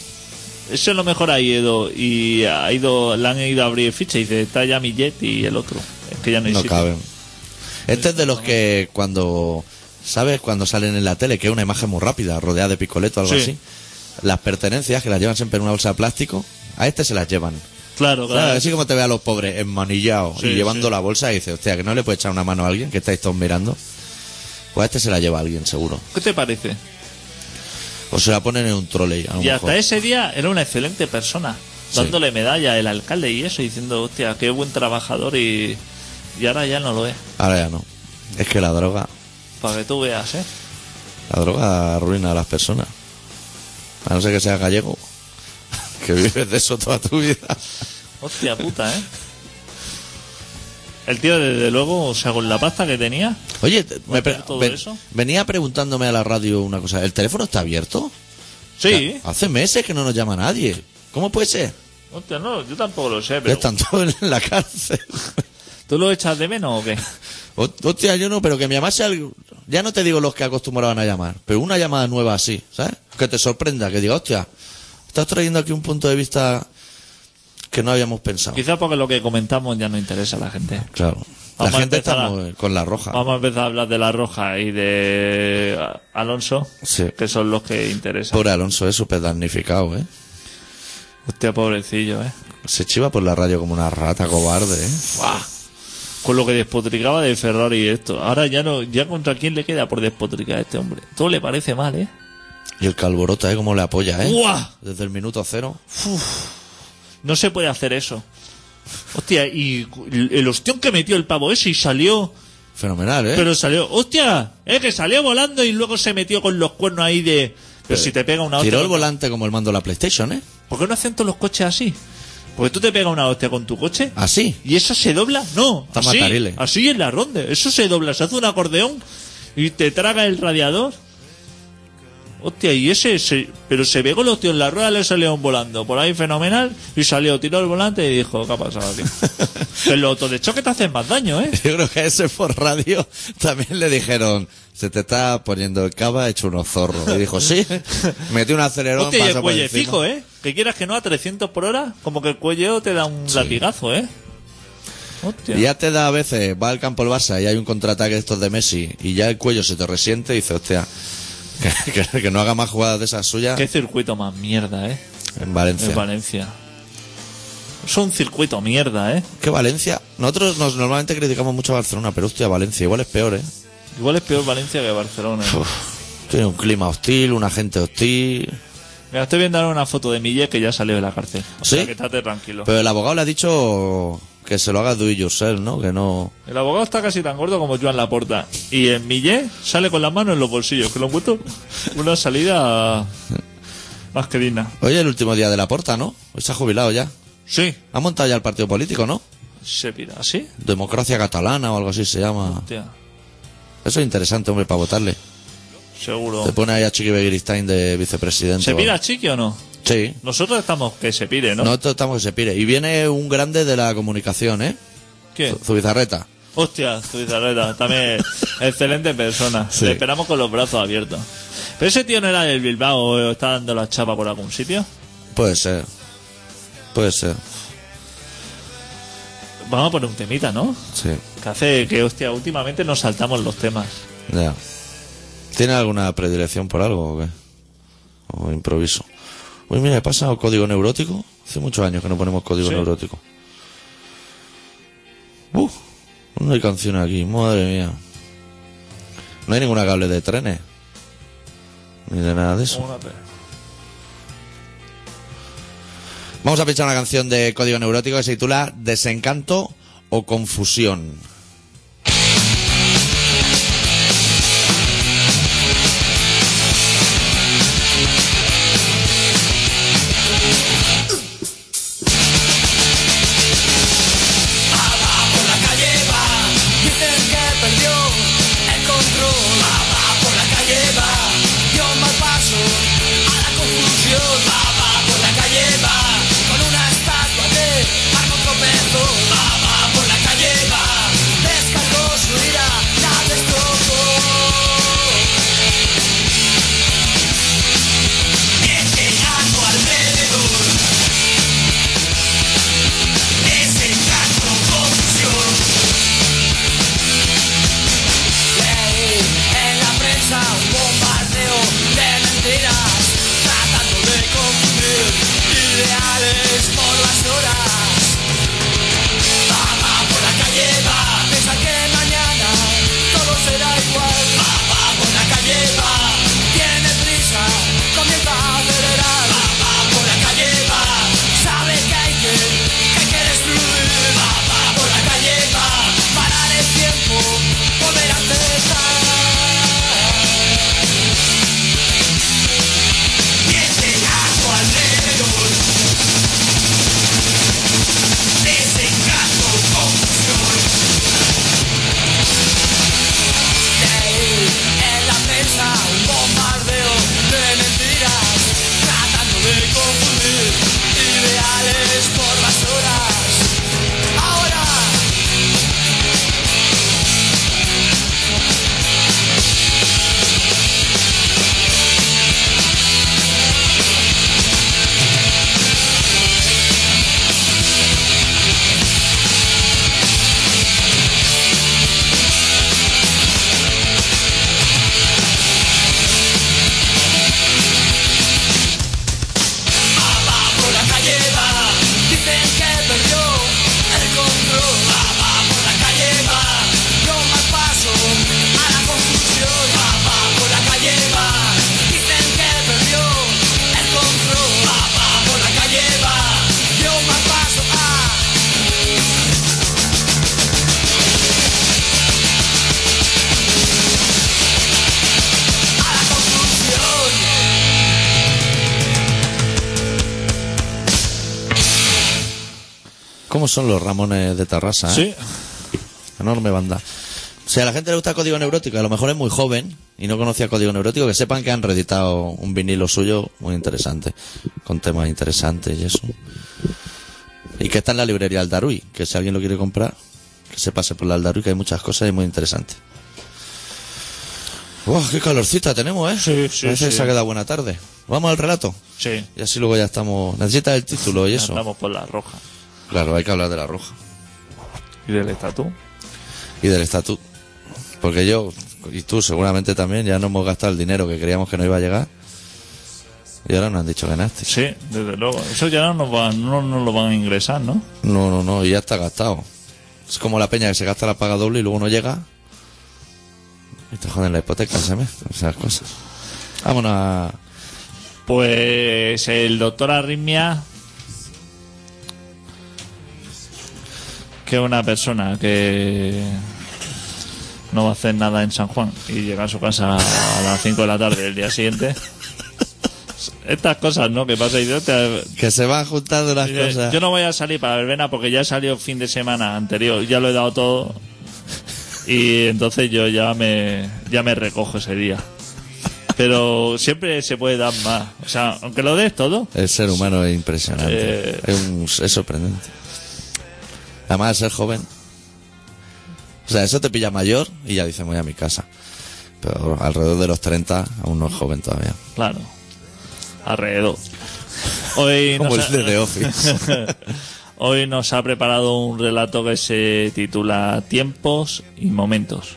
S2: Eso es lo mejor ha ido y ha ido, le han ido a abrir ficha y dice, está ya mi jet y el otro. Es que ya no hay
S1: No
S2: sitio.
S1: caben. Este es de los que cuando. ¿Sabes? Cuando salen en la tele, que es una imagen muy rápida, rodeada de picoleto o algo
S2: Sí.
S1: así. Las pertenencias que las llevan siempre en una bolsa de plástico, a este se las llevan. Claro,
S2: Claro, claro.
S1: así como te ve a los pobres enmanillados
S2: Sí,
S1: y llevando
S2: sí.
S1: la bolsa y dices, hostia, que no le puede echar una mano a alguien que estáis todos mirando. Pues a este se la lleva alguien, seguro.
S2: ¿Qué te parece?
S1: O se la ponen en un trolley, a lo
S2: Y
S1: mejor.
S2: hasta este? ese día era una excelente persona,
S1: Sí.
S2: dándole medalla el alcalde y eso, diciendo, hostia, qué buen trabajador y, y ahora ya no lo es.
S1: Ahora ya no. Es que la droga,
S2: Para que tú veas, ¿eh?
S1: la droga arruina a las personas. A no ser que seas gallego, que vives de eso toda tu vida.
S2: Hostia puta, ¿eh? El tío, desde luego, o sea, con la pasta que tenía,
S1: Oye, te- me pre-
S2: todo
S1: ven-
S2: eso?
S1: venía preguntándome a la radio una cosa. ¿El teléfono está abierto?
S2: sí. ¿eh?
S1: Ha- Hace meses que no nos llama nadie. ¿Cómo puede ser?
S2: Hostia, no, yo tampoco lo sé,
S1: Que
S2: pero...
S1: están todos en la cárcel.
S2: ¿Tú lo echas de menos o qué?
S1: Ho- Hostia, yo no, pero que me llamase algo. Ya no te digo los que acostumbraban a llamar, pero una llamada nueva así, ¿sabes? Que te sorprenda, que diga, hostia, estás trayendo aquí un punto de vista que no habíamos pensado.
S2: Quizás porque lo que comentamos ya no interesa a la gente.
S1: Claro. La
S2: Vamos a
S1: gente
S2: empezar
S1: está
S2: a-
S1: muy- con la roja.
S2: Vamos a empezar a hablar de La Roja y de ah, Alonso,
S1: Sí.
S2: que son los que interesan.
S1: Pobre Alonso es súper damnificado, ¿eh?
S2: Hostia, pobrecillo, ¿eh?
S1: Se chiva por la radio como una rata cobarde, ¿eh?
S2: ¡Buah! Con lo que despotricaba de Ferrari y esto. Ahora ya no, ya contra quién le queda por despotricar a este hombre. Todo le parece mal, ¿eh?
S1: Y el Calborota, ¿eh? Cómo le apoya, ¿eh?
S2: ¡Buah!
S1: Desde el minuto cero.
S2: No se puede hacer eso. Hostia, y el ostión que metió el pavo ese y salió.
S1: Fenomenal, ¿eh?
S2: Pero salió, hostia, es que salió volando y luego se metió con los cuernos ahí de. Pero si te pega una hostia.
S1: Eh, Tiró el volante como el mando de la PlayStation, ¿eh?
S2: ¿Por qué no hacen todos los coches así? Porque tú te pegas una hostia con tu coche.
S1: Así.
S2: ¿Y eso se dobla? No,
S1: Está
S2: así,
S1: matarile.
S2: así en la ronda. Eso se dobla, se hace un acordeón y te traga el radiador. Hostia, y ese, se- pero se pegó los tíos en la rueda, le salieron volando por ahí fenomenal y salió, tiró el volante y dijo, ¿qué ha pasado aquí? que los autos de choque te hacen más daño, ¿eh?
S1: Yo creo que a ese por radio también le dijeron, se te está poniendo el cava hecho unos zorros. Y dijo, sí, metí un acelerón,
S2: Hostia, y el
S1: pasó por
S2: cuellecico,
S1: encima.
S2: ¿eh? Que quieras que no a 300 por hora, como que el cuello te da un latigazo, ¿eh? Hostia.
S1: Y ya te da a veces, va al campo el Barça y hay un contraataque de estos de Messi y ya el cuello se te resiente y dices, hostia, que, que- que no haga más jugadas de esas suyas
S2: Qué circuito más mierda, ¿eh?
S1: en Valencia.
S2: En Valencia. Es un circuito mierda, ¿eh?
S1: Que Valencia, nosotros nos normalmente criticamos mucho a Barcelona, pero hostia, Valencia igual es peor, ¿eh?
S2: Igual es peor Valencia que Barcelona.
S1: Uf, tiene un clima hostil, una gente hostil.
S2: Mira, estoy viendo ahora una foto de Millet que ya salió de la cárcel. O
S1: ¿Sí?
S2: sea, que estate tranquilo.
S1: Pero el abogado le ha dicho que se lo haga do it yourself, ¿no? Que no...
S2: El abogado está casi tan gordo como Joan Laporta. Y el Millet sale con las manos en los bolsillos, que lo encuentro una salida más que digna.
S1: Hoy es el último día de la porta, ¿no? Hoy se ha jubilado ya.
S2: Sí.
S1: Ha montado ya el partido político, ¿no?
S2: Se pira. ¿Sí?
S1: Democracia catalana o algo así se llama.
S2: Hostia.
S1: Eso es interesante, hombre, para votarle.
S2: Seguro.
S1: Te pone ahí a Chiqui Begiristain de vicepresidente.
S2: Oh. ¿Se
S1: o
S2: pira
S1: algo.
S2: Chiqui o no?
S1: Sí.
S2: Nosotros estamos que se pire, ¿no?
S1: No, esto estamos que se pire. Y viene un grande de la comunicación, ¿eh?
S2: ¿Qué?
S1: Zu- Zubizarreta.
S2: Hostia, Zubizarreta, también excelente persona.
S1: Sí.
S2: Le esperamos con los brazos abiertos. Pero ese tío no era del Bilbao o está dando la chapa por algún sitio.
S1: Puede ser. Puede ser.
S2: Vamos a poner un temita, ¿no?
S1: Sí.
S2: Que hace que, hostia, últimamente nos saltamos los temas.
S1: Ya. ¿Tiene alguna predilección por algo o qué? O improviso. Uy, mira, he pasado código neurótico. Hace muchos años que no ponemos código
S2: Sí.
S1: neurótico. Uf, no hay canción aquí, madre mía. No hay ninguna cable de trenes. Ni de nada de eso. Vamos a pinchar una canción de código neurótico que se titula Desencanto o Confusión.
S3: Dicen que perdió el control. Va, va, por la calle va, dio un mal paso a la confusión. Va, va, por la calle va, con una estatua de Marco tropezó. Va, va, por la calle va,
S1: ¿Cómo son los Ramones de Tarrasa? eh?
S2: Sí.
S1: Enorme banda. Si a la gente le gusta Código Neurótico, a lo mejor es muy joven y no conocía Código Neurótico, que sepan que han reeditado un vinilo suyo muy interesante, con temas interesantes y eso. Y que está en la librería Aldarui, que si alguien lo quiere comprar, que se pase por la Aldarui, que hay muchas cosas y muy interesantes. ¡Wow! ¡Qué calorcita tenemos, eh!
S2: Sí, sí,
S1: Parece que
S2: sí.
S1: se ha quedado buena tarde. Vamos al relato.
S2: Sí.
S1: Y así luego ya estamos. Necesitas el título y eso.
S2: Andamos por la roja.
S1: Claro, hay que hablar de la roja.
S2: Y del estatú.
S1: y del estatut. Porque yo, y tú seguramente también, ya no hemos gastado el dinero que creíamos que no iba a llegar. Y ahora nos han dicho que ganaste.
S2: Sí, desde luego. Eso ya no nos, van, no nos lo van a ingresar, ¿no?
S1: No, no, no, y ya está gastado. Es como la peña que se gasta la paga doble y luego no llega. Y te joden la hipoteca ese mes. Esas cosas. Vámonos a...
S2: Pues el doctor Arritmia, que es una persona que no va a hacer nada en San Juan y llega a su casa a las 5 de la tarde del día siguiente. Estas cosas, ¿no? Que pasa y yo te-
S1: Que se van juntando las
S2: dice,
S1: cosas.
S2: yo no voy a salir para la verbena porque ya he salido fin de semana anterior, ya lo he dado todo y entonces yo ya me, ya me recojo ese día. Pero siempre se puede dar más. O sea, aunque lo des todo,
S1: El ser humano es impresionante.
S2: Eh.
S1: Es, un- es sorprendente. Además, ser joven. O sea, eso te pilla mayor y ya dices, voy a mi casa. Pero alrededor de los 30 aún no es joven todavía.
S2: Claro. Alrededor. Hoy
S1: Como
S2: nos,
S1: el de The
S2: ha,
S1: Office.
S2: hoy nos ha preparado un relato que se titula Tiempos y Momentos.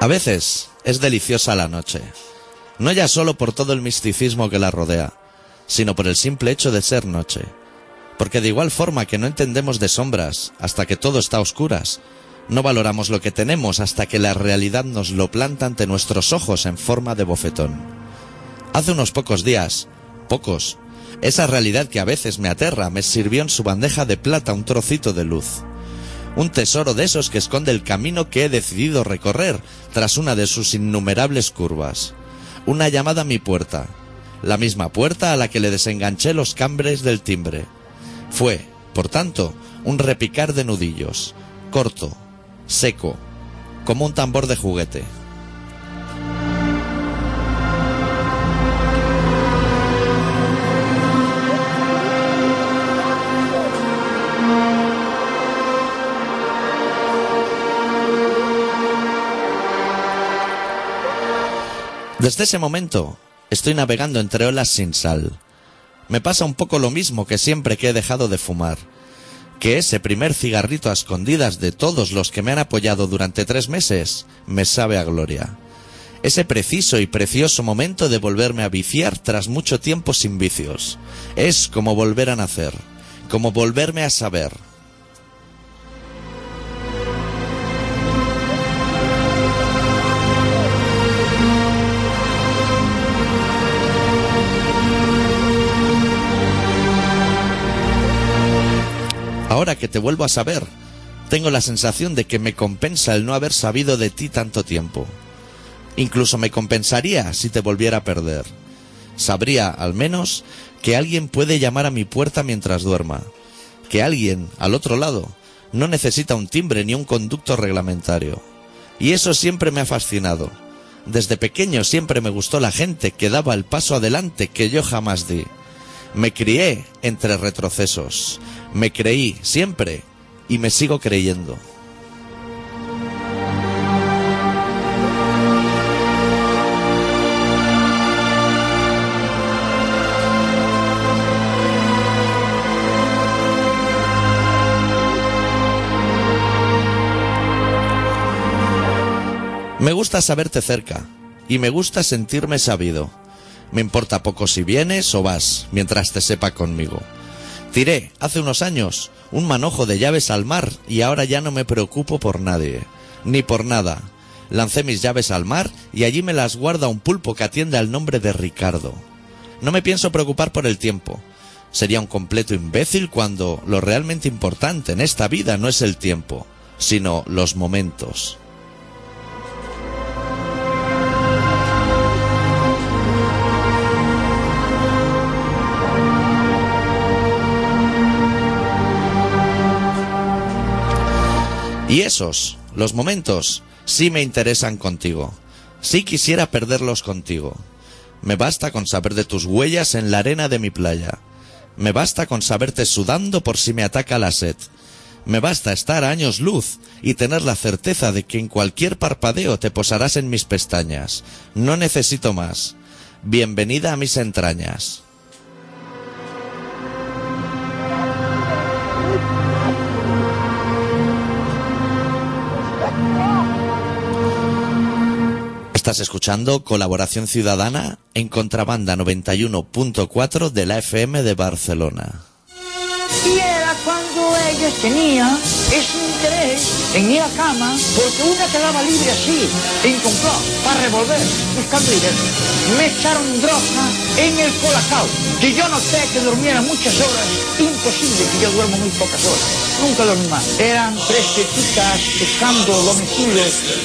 S1: A veces es deliciosa la noche. No ya solo por todo el misticismo que la rodea, sino por el simple hecho de ser noche. Porque de igual forma que no entendemos de sombras hasta que todo está a oscuras, no valoramos lo que tenemos hasta que la realidad nos lo planta ante nuestros ojos en forma de bofetón. Hace unos pocos días, pocos, esa realidad que a veces me aterra me sirvió en su bandeja de plata un trocito de luz un tesoro de esos que esconde el camino que he decidido recorrer tras una de sus innumerables curvas. Una llamada a mi puerta, la misma puerta a la que le desenganché los cambres del timbre. Fue, por tanto, un repicar de nudillos, corto, seco, como un tambor de juguete. Desde ese momento estoy navegando entre olas sin sal. Me pasa un poco lo mismo que siempre que he dejado de fumar, que ese primer cigarrito a escondidas de todos los que me han apoyado durante tres meses me sabe a gloria. Ese preciso y precioso momento de volverme a viciar tras mucho tiempo sin vicios. Es como volver a nacer, como volverme a saber, Ahora que te vuelvo a saber, tengo la sensación de que me compensa el no haber sabido de ti tanto tiempo. Incluso me compensaría si te volviera a perder. Sabría, al menos, que alguien puede llamar a mi puerta mientras duerma. Que alguien, al otro lado, no necesita un timbre ni un conducto reglamentario. Y eso siempre me ha fascinado. Desde pequeño siempre me gustó la gente que daba el paso adelante que yo jamás di. Me crié entre retrocesos. Me creí siempre y me sigo creyendo. Me gusta saberte cerca y me gusta sentirme sabido. Me importa poco si vienes o vas, mientras te sepa conmigo. Tiré, hace unos años, un manojo de llaves al mar y ahora ya no me preocupo por nadie, ni por nada. Lancé mis llaves al mar y allí me las guarda un pulpo que atiende al nombre de Ricardo. No me pienso preocupar por el tiempo. Sería un completo imbécil cuando lo realmente importante en esta vida no es el tiempo, sino los momentos. Y esos, los momentos, sí me interesan contigo. Sí quisiera perderlos contigo. Me basta con saber de tus huellas en la arena de mi playa. Me basta con saberte sudando por si me ataca la sed. Me basta estar a años luz y tener la certeza de que en cualquier parpadeo te posarás en mis pestañas. No necesito más. Bienvenida a mis entrañas. Estás escuchando Colaboración Ciudadana en Contrabanda 91.4 de la FM de Barcelona.
S4: Y era cuando ellos tenían ese interés en ir a cama, porque una quedaba libre así, en complot, para revolver, buscando dinero. Me echaron droga en el colacao, que yo noté que durmiera muchas horas, imposible que yo duermo muy pocas horas, nunca dormí más. Eran tres teticas buscando domicilio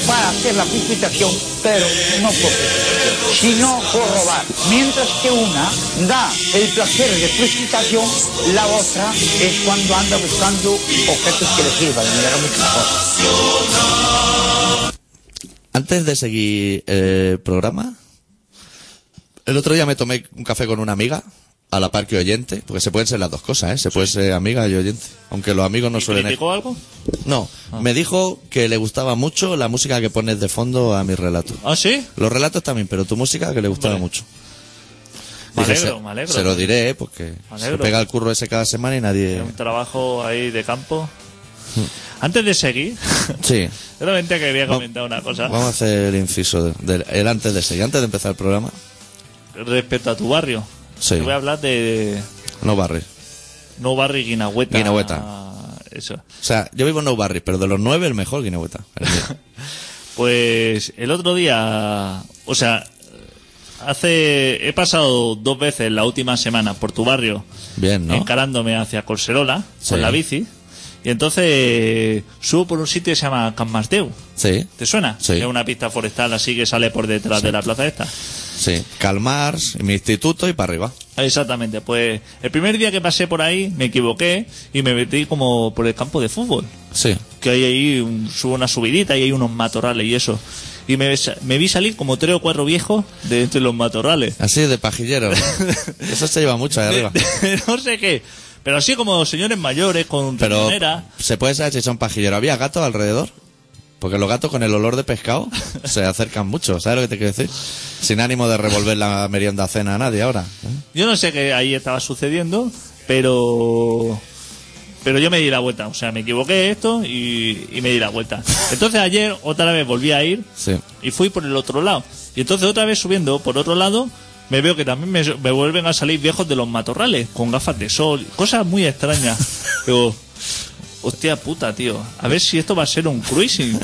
S4: para hacer la precipitación, pero no por sino por robar. Mientras que una da el placer de precipitación, la otra es cuando anda buscando objetos que le sirvan, y era mucho mejor.
S1: Antes de seguir el programa, el otro día me tomé un café con una amiga, a la par que oyente, porque se pueden ser las dos cosas, ¿eh? Se puede ser amiga y oyente, aunque los amigos no
S2: ¿Y Ah.
S1: suelen...
S2: ¿Criticó algo?
S1: No, me dijo que le gustaba mucho la música que pones de fondo a mis relatos.
S2: ¿Ah, sí?
S1: Los relatos también, pero tu música que le gustaba
S2: Vale.
S1: mucho.
S2: Me
S1: Dije,
S2: alegro,
S1: se,
S2: me alegro.
S1: se lo diré, ¿eh? porque
S2: Me
S1: se
S2: alegro.
S1: pega el curro ese cada semana y nadie...
S2: Un trabajo ahí de campo. Antes de seguir,
S1: Sí,
S2: solamente quería comentar una cosa
S1: vamos a hacer el inciso de- del el antes de seguir, antes de empezar el programa.
S2: respecto a tu barrio.
S1: Sí.
S2: Te voy a hablar de
S1: No Barry.
S2: No Barrio Guinahueta.
S1: Guinahueta.
S2: Ah, Eso.
S1: O sea, yo vivo en No Barry, pero de los nueve el mejor Guinehueta. El mío.
S2: Pues el otro día, o sea, hace he pasado dos veces la última semana por tu barrio,
S1: Bien, ¿no?
S2: encarándome hacia Corserola
S1: Sí.
S2: con la bici, y entonces subo por un sitio que se llama Can Marteu.
S1: Sí,
S2: ¿Te suena?
S1: Sí.
S2: Es una pista forestal así que sale por detrás de la plaza esta.
S1: sí. Calmars, mi instituto y para arriba.
S2: Exactamente, pues el primer día que pasé por ahí me equivoqué y me metí como por el campo de fútbol.
S1: Sí.
S2: que hay ahí un- sube una subidita y hay unos matorrales y eso. Y me, sa- me vi salir como tres o cuatro viejos de entre los matorrales.
S1: Así de pajillero. ¿no? Eso se lleva mucho ahí arriba.
S2: no sé qué. Pero así como señores mayores con
S1: Pero
S2: riñonera.
S1: se puede saber si son pajilleros. ¿Había gatos alrededor? Porque los gatos con el olor de pescado se acercan mucho, ¿sabes lo que te quiero decir? Sin ánimo de revolver la merienda cena a nadie ahora. ¿eh?
S2: Yo no sé qué ahí estaba sucediendo, pero... Pero yo me di la vuelta, o sea, me equivoqué esto y, y me di la vuelta. Entonces ayer otra vez volví a ir
S1: Sí.
S2: y fui por el otro lado. Y entonces otra vez subiendo por otro lado, me veo que también me, me vuelven a salir viejos de los matorrales, con gafas de sol, cosas muy extrañas. Digo, hostia puta, tío, a ver si esto va a ser un cruising.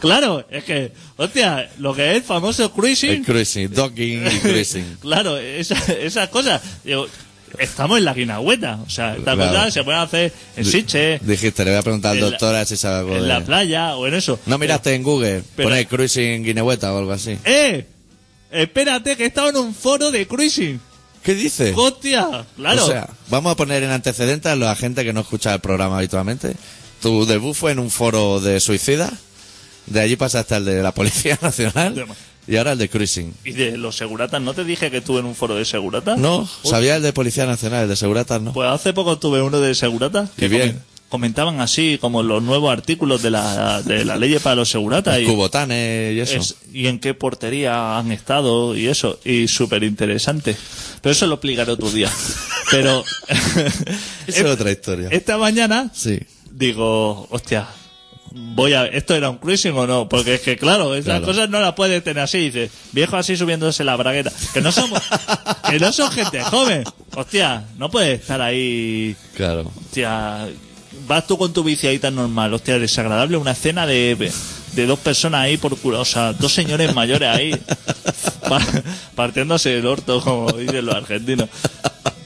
S2: claro, es que, hostia, lo que es el famoso
S1: El
S2: cruising,
S1: cruising, dogging y cruising.
S2: claro, esa- esas cosas. Digo, estamos en la guinahueta, o sea, estas
S1: Claro.
S2: cosas se pueden hacer en Siche,
S1: Dijiste, le voy a preguntar al
S2: En la-
S1: doctor a ver si sabe algo
S2: eh. en
S1: de-
S2: la playa o en eso.
S1: No miraste en Google,
S2: Pero-
S1: poner cruising Guinehueta o algo así.
S2: ¡Eh! Espérate, que he estado en un foro de cruising.
S1: ¿Qué dices?
S2: ¡Hostia! Claro.
S1: O sea, vamos a poner en antecedentes a la gente que no escucha el programa habitualmente. Tu debut fue en un foro de suicidas. De allí pasaste al de la Policía Nacional.
S2: Toma.
S1: Y ahora el de Cruising.
S2: ¿Y de los seguratas? ¿No te dije que estuve en un foro de seguratas?
S1: No,
S2: Uy,
S1: sabía el de Policía Nacional, el de Seguratas no.
S2: Pues hace poco tuve uno de seguratas.
S1: Y bien.
S2: comen- Comentaban así como los nuevos artículos de la, de la ley para los seguratas. y,
S1: Cubotanes y eso.
S2: es- y en qué portería han estado y eso. Y súper interesante. Pero eso lo explicaré otro día. Pero...
S1: Eso es otra historia.
S2: Esta mañana
S1: Sí.
S2: digo, hostia, voy a esto era un cruising o no porque es que claro esas
S1: Claro.
S2: cosas no las puedes tener así dices viejo así subiéndose la bragueta que no somos que no son gente joven hostia no puedes estar ahí
S1: Claro.
S2: hostia vas tú con tu bici ahí tan normal hostia desagradable una cena de, de dos personas ahí por culo o sea dos señores mayores ahí pa- partiéndose el orto como dicen los argentinos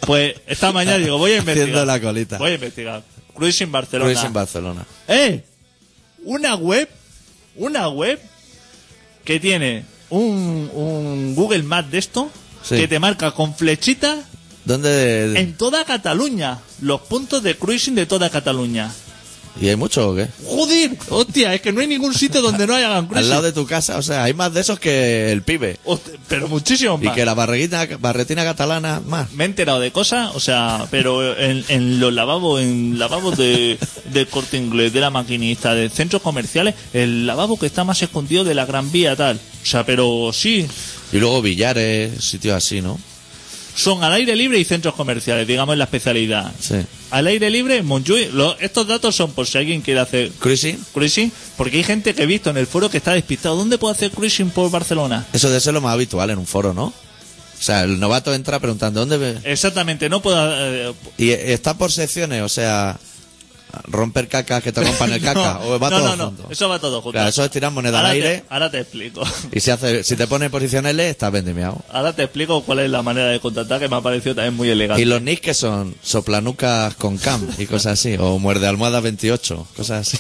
S2: pues esta mañana digo voy a
S1: Haciendo
S2: investigar
S1: la colita.
S2: voy a investigar cruising Barcelona
S1: Cruising Barcelona.
S2: ¡Eh! Una web, una web que tiene un, un Google Maps de esto,
S1: Sí.
S2: que te marca con flechita
S1: ¿Dónde?
S2: en toda Cataluña, los puntos de cruising de toda Cataluña.
S1: ¿Y hay mucho o qué?
S2: ¡Joder! ¡Hostia! Es que no hay ningún sitio donde no hagan
S1: Al
S2: cruising.
S1: lado de tu casa, o sea, hay más de esos que el pibe.
S2: Hostia, Pero muchísimo
S1: Y
S2: más.
S1: que la barreguita, barretina catalana, más.
S2: Me he enterado de cosas, o sea, pero en, en los lavabos, en lavabos de, del corte inglés, de la maquinista, de centros comerciales, el lavabo que está más escondido de la gran vía, tal. O sea, pero sí,
S1: Y luego billares, sitios así, ¿no?
S2: son al aire libre y centros comerciales, digamos, en la especialidad.
S1: Sí.
S2: Al aire libre, Montjuic, lo- estos datos son por si alguien quiere hacer
S1: Cruising,
S2: cruising, porque hay gente que he visto en el foro que está despistado. ¿Dónde puedo hacer cruising por Barcelona?
S1: eso debe ser lo más habitual en un foro, ¿no? O sea, el novato entra preguntando, ¿dónde? ve?
S2: Exactamente, no puedo... eh,
S1: Y eh, está por secciones, o sea, romper cacas que te rompan el caca,
S2: no,
S1: o va
S2: no,
S1: todo
S2: no, no,
S1: junto.
S2: eso va todo junto.
S1: Claro, eso es tirar moneda al
S2: ahora
S1: aire.
S2: Te, ahora te explico.
S1: Y si, hace, si te pones en posición L, estás vendimiado.
S2: Ahora te explico cuál es la manera de contactar que me ha parecido también muy
S1: Y
S2: elegante.
S1: los nicks que son soplanucas con cam y cosas así, o muerde almohada 28, cosas así.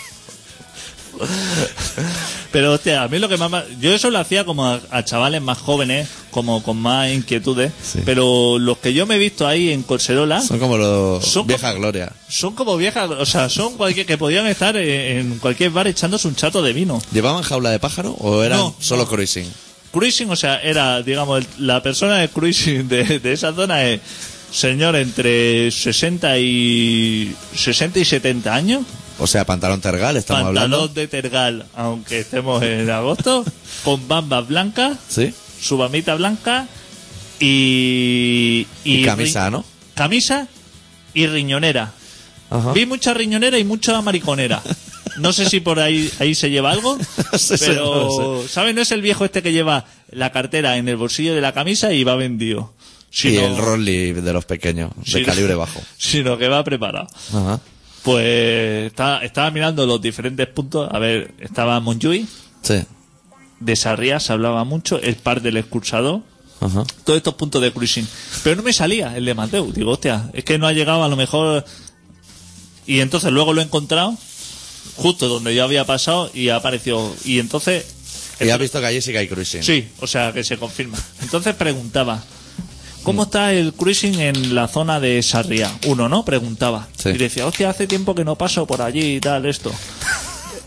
S2: Pero hostia, a mí lo que más... ma- Yo eso lo hacía como a, a chavales más jóvenes, como con más inquietudes,
S1: Sí.
S2: pero los que yo me he visto ahí en Corserola...
S1: Son como los
S2: Son
S1: vieja
S2: como-
S1: gloria.
S2: Son como viejas, o sea, son cualquier, que podían estar en, en cualquier bar echándose un chato de vino.
S1: ¿Llevaban jaula de pájaro o eran
S2: No.
S1: solo cruising?
S2: Cruising, o sea, era, digamos, el- la persona de cruising de, de esa zona es señor entre 60 y 60 y 70 años,
S1: O sea, pantalón tergal, estamos
S2: pantalón
S1: hablando.
S2: de tergal, aunque estemos en agosto, con bambas blancas,
S1: Sí.
S2: su bambita blanca y,
S1: Y camisa, ¿no?
S2: Camisa y riñonera.
S1: Ajá.
S2: Vi mucha riñonera y mucha mariconera. No sé si por ahí ahí se lleva algo,
S1: No sé, no
S2: pero ¿sabes? No es el viejo este que lleva la cartera en el bolsillo de la camisa y va vendido.
S1: y
S2: Sino,
S1: el Rolly de los pequeños, de
S2: sino-
S1: calibre bajo.
S2: Sino que va preparado.
S1: Ajá.
S2: Pues está- estaba mirando los diferentes puntos. A ver, estaba Monjuy,
S1: Sí.
S2: de Sarriá se hablaba mucho, el par del excursador,
S1: Ajá.
S2: todos estos puntos de cruising. Pero no me salía el de Mateu. Digo, hostia, es que no ha llegado a lo mejor. Y entonces luego lo he encontrado justo donde yo había pasado y ha aparecido. Y entonces.
S1: Y has visto que allí sí que hay cruising.
S2: Sí, o sea que se confirma. Entonces preguntaba, ¿cómo está el cruising en la zona de Sarriá? Uno, ¿no? Preguntaba.
S1: Sí.
S2: Y decía, hostia, hace tiempo que no paso por allí y tal, esto.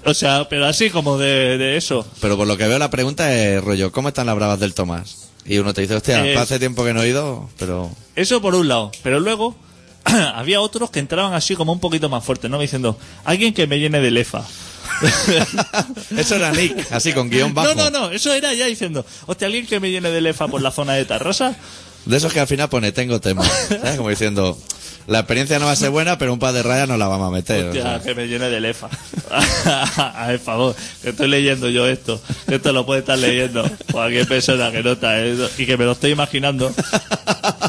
S2: O sea, pero así como de, de eso.
S1: Pero por lo que veo la pregunta es rollo, ¿cómo están las bravas del Tomás? Y uno te dice, hostia,
S2: Es-
S1: hace tiempo que no he ido, pero...
S2: Eso por un lado. Pero luego había otros que entraban así como un poquito más fuerte, ¿no? Diciendo, alguien que me llene de lefa.
S1: Eso era Nick, así con guión bajo.
S2: No, no, no, eso era ya diciendo, hostia, alguien que me llene de lefa por la zona de Tarrasa.
S1: De esos que al final pone, tengo tema. ¿Sabes? Como diciendo, la experiencia no va a ser buena, pero un par de rayas no la vamos a meter. o
S2: Hostia,
S1: sea.
S2: que me llene de lefa. A ver, favor, que estoy leyendo yo esto. Que esto lo puede estar leyendo cualquier persona que no está eh, y que me lo estoy imaginando.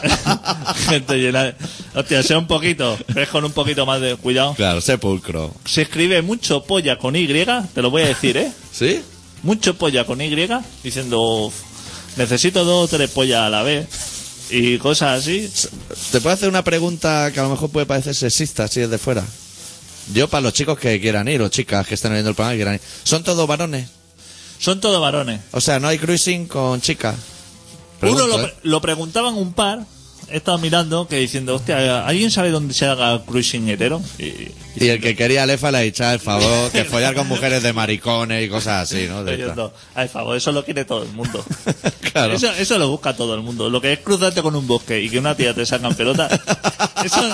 S2: Gente llena de... Hostia, sea un poquito, es con un poquito más de cuidado.
S1: Claro, sepulcro.
S2: Se escribe mucho polla con Y, te lo voy a decir, ¿eh?
S1: ¿Sí?
S2: mucho polla con Y, diciendo, "Uf, necesito dos o tres pollas a la vez. Y cosas así.
S1: Te puedo hacer una pregunta que a lo mejor puede parecer sexista si es de fuera. Yo para los chicos que quieran ir o chicas que estén viendo el programa que quieran ir. Son todos varones.
S2: Son todos varones.
S1: O sea, no hay cruising con chicas.
S2: Uno
S1: Pregunto,
S2: lo,
S1: ¿eh?
S2: pre- lo preguntaban un par, he estado mirando, que diciendo, hostia, ¿alguien sabe dónde se haga cruising hetero? Y-
S1: Y el que quería lefa le echaba el favor, que follar con mujeres de maricones y cosas así, ¿no? De
S2: Oye,
S1: esta.
S2: no, Ay, "Ah, favor, eso lo quiere todo el mundo.
S1: Claro.
S2: Eso, eso lo busca todo el mundo. Lo que es cruzarte con un bosque y que una tía te saca en pelota, eso,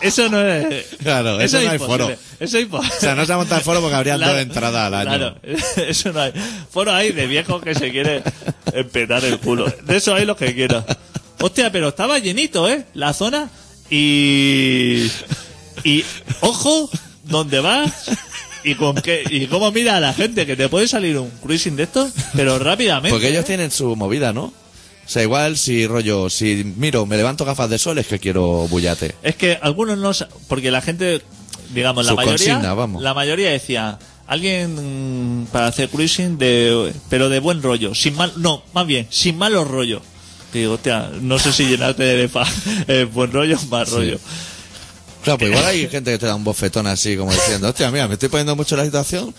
S2: eso no es.
S1: Claro, eso
S2: es
S1: no hay
S2: imposible.
S1: foro.
S2: Eso es imposible.
S1: O sea, no se ha montado el foro porque habrían
S2: Claro,
S1: dos entradas al año.
S2: Claro, eso no hay. Foro hay de viejos que se quieren empetar el culo. De eso hay los que quieran. Hostia, pero estaba llenito, ¿eh? La zona. Y. Y. Ojo, donde vas. ¿Y, con qué, ¿Y cómo mira a la gente? Que te puede salir un cruising de estos, pero rápidamente.
S1: Porque ellos tienen su movida, ¿no? O sea, igual si rollo, si miro, me levanto gafas de sol es que quiero bullate.
S2: Es que algunos no... sa- Porque la gente, digamos, la
S1: Su
S2: mayoría...
S1: consigna, vamos.
S2: La mayoría decía, alguien mm, para hacer cruising, de, pero de buen rollo. sin mal No, más bien, sin malos rollos. Que digo, hostia, no sé si llenarte de fa- eh, buen rollo o mal rollo.
S1: Claro, pues igual hay gente que te da un bofetón así, como diciendo, hostia, mira, me estoy poniendo mucho en la situación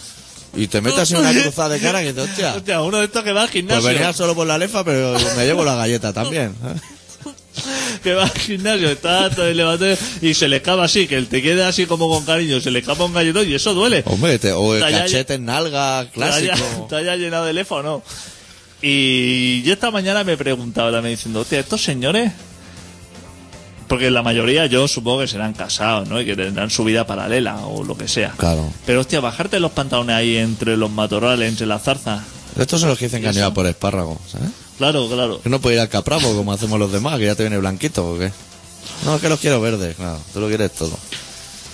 S1: y te metes así una cruzada de cara que dices, hostia,
S2: Hostia, uno de estos que va al
S1: Ah. pues
S2: gimnasio.
S1: venía solo por la lefa, pero me llevo la galleta también.
S2: que va al gimnasio, está todo el levantado y se le escapa así, que él te queda así como con cariño, se le escapa un galletón y eso duele.
S1: Hombre, te- o el
S2: Talla-
S1: cachete en nalga,
S2: Te
S1: clásico.
S2: haya- te haya llenado de lefa o no. Y yo esta mañana me preguntaba también diciendo, hostia, estos señores, porque la mayoría yo supongo que serán casados, ¿no? Y que tendrán su vida paralela o lo que sea.
S1: Claro.
S2: Pero hostia, bajarte los pantalones ahí entre los matorrales, entre las zarzas.
S1: Estos son los que dicen que han ido a por espárrago, ¿sabes?
S2: Claro, claro.
S1: Que no puede ir al capravo como hacemos los demás, que ya te viene blanquito o qué. No, es que los quiero verdes, claro, tú lo quieres todo.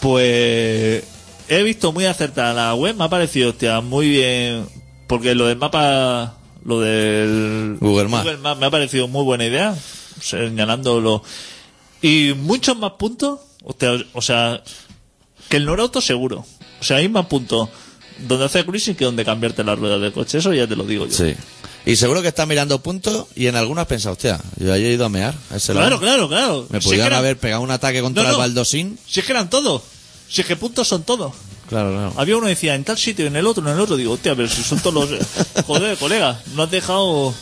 S2: Pues he visto muy acertada la web, me ha parecido, hostia, muy bien. Porque lo del mapa, lo del
S1: Google Maps.
S2: me ha parecido muy buena idea, señalándolo. Y muchos más puntos, hostia, o sea, que el Norauto seguro. O sea, hay más puntos donde hacer cruising que donde cambiarte las ruedas del coche, eso ya te lo digo yo.
S1: Sí. Y seguro que estás mirando puntos y en algunas pensado, hostia, yo ayer he ido a mear. a ese
S2: Claro,
S1: lado.
S2: claro, claro.
S1: Me
S2: Si es que
S1: pudieron
S2: eran-
S1: haber pegado un ataque contra
S2: No, no.
S1: el baldosín.
S2: Si es que eran todos. Si es que puntos son todos.
S1: Claro, claro.
S2: Había uno que decía en tal sitio, en el otro, en el otro. Digo, hostia, pero si son todos los. Joder, colega, no has dejado.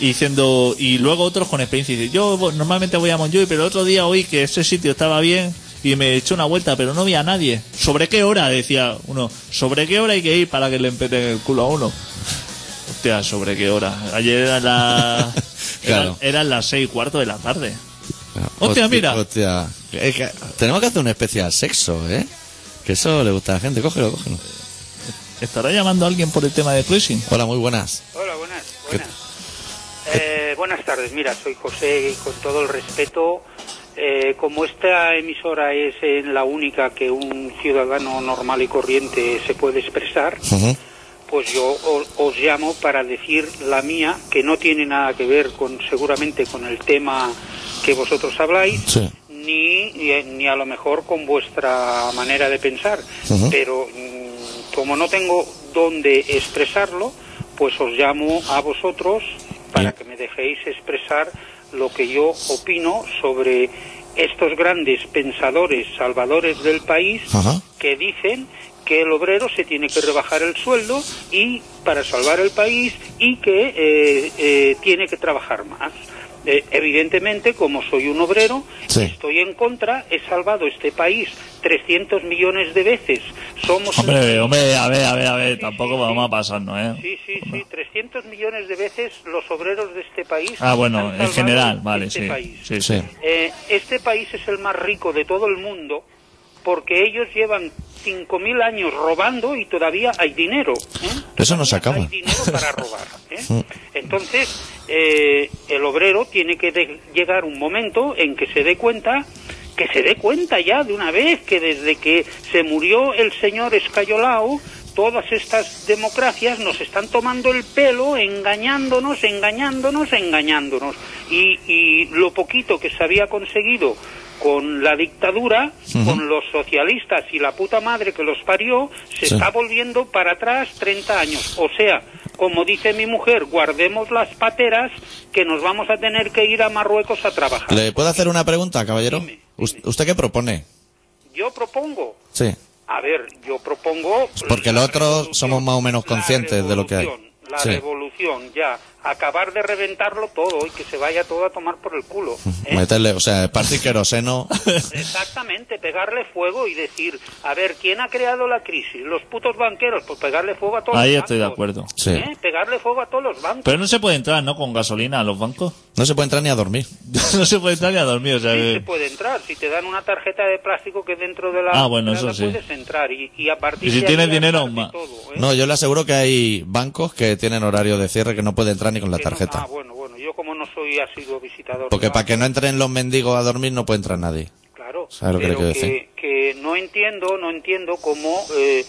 S2: Y diciendo. Y luego otros con experiencia. Dice, yo vo- normalmente voy a Monjuy, pero el otro día oí que ese sitio estaba bien y me eché una vuelta, pero no vi a nadie. ¿Sobre qué hora? Decía uno. ¿Sobre qué hora hay que ir para que le empeten el culo a uno? Hostia, ¿sobre qué hora? Ayer era la.
S1: Claro.
S2: eran, eran las seis y cuarto de la tarde.
S1: Claro.
S2: Hostia, mira.
S1: Hostia. Es que tenemos que hacer una especial sexo, ¿eh? Que eso le gusta a la gente. Cógelo, cógelo.
S2: ¿Estará llamando a alguien por el tema de cruising?
S1: Hola, muy buenas.
S5: Hola, buenas. Buenas. Eh, buenas tardes. Mira, soy José y con todo el respeto, eh, como esta emisora es en la única que un ciudadano normal y corriente se puede expresar,
S1: Ujú.
S5: pues yo o- os llamo para decir la mía, que no tiene nada que ver con seguramente con el tema que vosotros habláis,
S1: Sí.
S5: ni, ni- ni a lo mejor con vuestra manera de pensar.
S1: Ujú.
S5: Pero mm, como no tengo dónde expresarlo, pues os llamo a vosotros para que me dejéis expresar lo que yo opino sobre estos grandes pensadores salvadores del país
S1: Ajá.
S5: que dicen que el obrero se tiene que rebajar el sueldo y para salvar el país y que eh, eh, tiene que trabajar más. Eh, evidentemente, como soy un obrero,
S1: Sí.
S5: estoy en contra, he salvado este país 300 millones de veces. Somos un país-
S2: Hombre, eh, hombre, a ver, a ver, a ver, tampoco
S5: sí, sí.
S2: vamos a pasarnos, ¿eh?
S5: Sí, sí, sí, 300 millones de veces los obreros de este país.
S2: Ah, bueno,
S5: han
S2: en
S5: salvado
S2: general, vale,
S5: este
S2: sí,
S5: país.
S2: sí,
S1: Sí.
S2: sí.
S5: Eh, este país es el más rico de todo el mundo porque ellos llevan 5.000 años robando y todavía hay dinero. ¿eh?
S1: Eso no se
S5: Todavía
S1: acaba.
S5: Hay dinero para robar. ¿eh? Entonces, eh, el obrero tiene que de- llegar un momento en que se dé cuenta que se dé cuenta ya de una vez que desde que se murió el señor Escayolao, todas estas democracias nos están tomando el pelo, engañándonos, engañándonos, engañándonos. Y, y lo poquito que se había conseguido con la dictadura, con los socialistas y la puta madre que los parió, se
S1: Sí.
S5: está volviendo para atrás 30 años. O sea, como dice mi mujer, guardemos las pateras que nos vamos a tener que ir a Marruecos a trabajar.
S1: ¿Le puedo hacer una pregunta, caballero?
S5: Dime,
S1: Us- ¿Usted qué propone? ¿Eh?
S5: Yo propongo
S1: Sí.
S5: A ver, yo propongo...
S1: Porque
S5: la
S1: los otros
S5: revolución,
S1: somos más o menos
S5: la
S1: conscientes de lo que hay.
S5: revolución, La
S1: Sí.
S5: revolución, ya. Acabar de reventarlo todo y que se vaya todo a tomar por el culo. ¿eh?
S1: Meterle, o sea, partir queroseno.
S5: Exactamente, pegarle fuego y decir, a ver, ¿quién ha creado la crisis? ¿Los putos banqueros? Pues pegarle fuego a todos
S2: Ahí
S5: los
S2: estoy de
S5: bancos,
S2: acuerdo.
S1: Sí.
S5: ¿eh? Pegarle fuego a todos los bancos.
S2: Pero no se puede entrar, ¿no? Con gasolina a los bancos.
S1: No se puede entrar ni a dormir.
S2: no se puede entrar ni a dormir, o sea eh,
S5: Sí, se
S2: que...
S5: puede entrar. Si te dan una tarjeta de plástico que dentro de la...
S2: Ah, bueno,
S5: entrada
S2: eso sí.
S5: Puedes entrar y, y a partir
S2: Y si
S5: de ahí
S2: tienes
S5: armar
S2: dinero,
S5: de
S2: aún más.
S5: todo, ¿eh?
S1: No, yo le aseguro que hay bancos que tienen horario de cierre que no puede entrar ni con la
S5: Que no- Ah, pues,
S1: tarjeta.
S5: bueno, bueno, yo como no soy asiduo visitador.
S1: Porque
S5: de
S1: para que
S5: bancos,
S1: no entren los mendigos a dormir no puede entrar nadie.
S5: Claro,
S1: ¿Sabes lo que le
S5: pero
S1: quiero
S5: que,
S1: decir?
S5: que eh, no entiendo, no entiendo cómo, eh,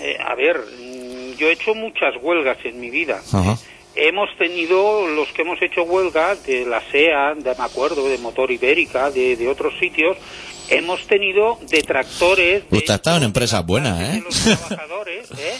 S5: eh, a ver, mm, yo he hecho muchas huelgas en mi vida.
S1: Ajá.
S5: Hemos tenido, los que hemos hecho huelga de la SEA, de, me acuerdo, de Motor Ibérica, de, de otros sitios, hemos tenido detractores. de-
S1: Usted ha estado en empresas buenas, ¿eh?
S5: De los trabajadores, ¿eh?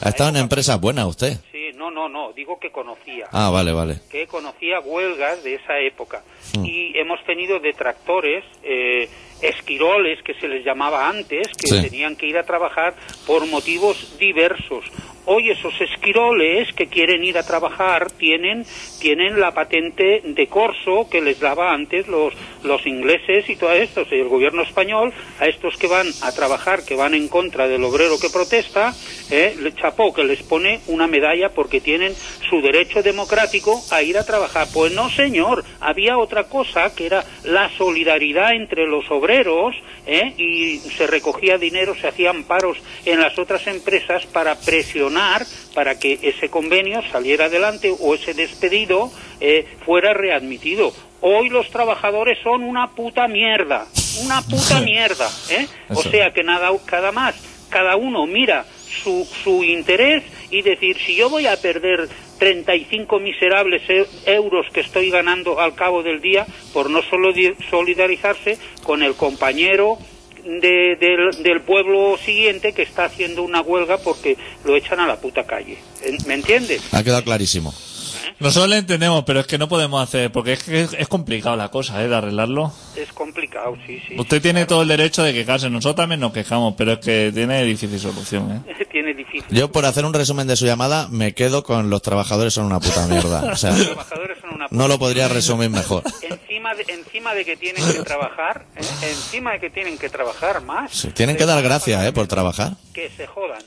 S1: Ha estado en empresas buenas usted.
S5: Sí, no, no, no, digo que conocía
S1: Ah, vale, vale.
S5: que conocía huelgas de esa época. Y hemos tenido detractores, eh, esquiroles que se les llamaba antes, que
S1: Sí.
S5: tenían que ir a trabajar por motivos diversos. Hoy esos esquiroles que quieren ir a trabajar tienen, tienen la patente de corso que les daba antes los, los ingleses y todo esto. Y el gobierno español, a estos que van a trabajar, que van en contra del obrero que protesta, eh, le chapó que les pone una medalla porque tienen su derecho democrático a ir a trabajar. Pues no, señor, había otra cosa que era la solidaridad entre los obreros ¿eh? y se recogía dinero, se hacían paros en las otras empresas para presionar para que ese convenio saliera adelante o ese despedido eh, fuera readmitido. Hoy los trabajadores son una puta mierda, una puta mierda, ¿eh? O
S1: Eso.
S5: sea que nada, cada más, cada uno mira su, su interés y decir, si yo voy a perder 35 miserables e- euros que estoy ganando al cabo del día por no solo di- solidarizarse con el compañero de- del, del pueblo siguiente que está haciendo una huelga porque lo echan a la puta calle. ¿Eh? ¿Me entiendes?
S1: Ha quedado clarísimo.
S2: Nosotros le entendemos, pero es que no podemos hacer, porque es que es, es complicado la cosa, ¿eh? De arreglarlo.
S5: Es complicado, sí, sí.
S2: Usted tiene todo el derecho de quejarse, nosotros también nos quejamos, pero es que tiene difícil solución, ¿eh?
S5: Tiene difícil.
S1: Yo, por hacer un resumen de su llamada, me quedo con los trabajadores son una puta mierda. O sea,
S5: Los trabajadores son una
S1: no lo podría resumir mejor.
S5: encima de, encima de que tienen que trabajar, ¿eh? encima de que tienen que trabajar más.
S1: Sí, tienen que dar gracias, ¿eh? Por trabajar.
S5: Que se jodan.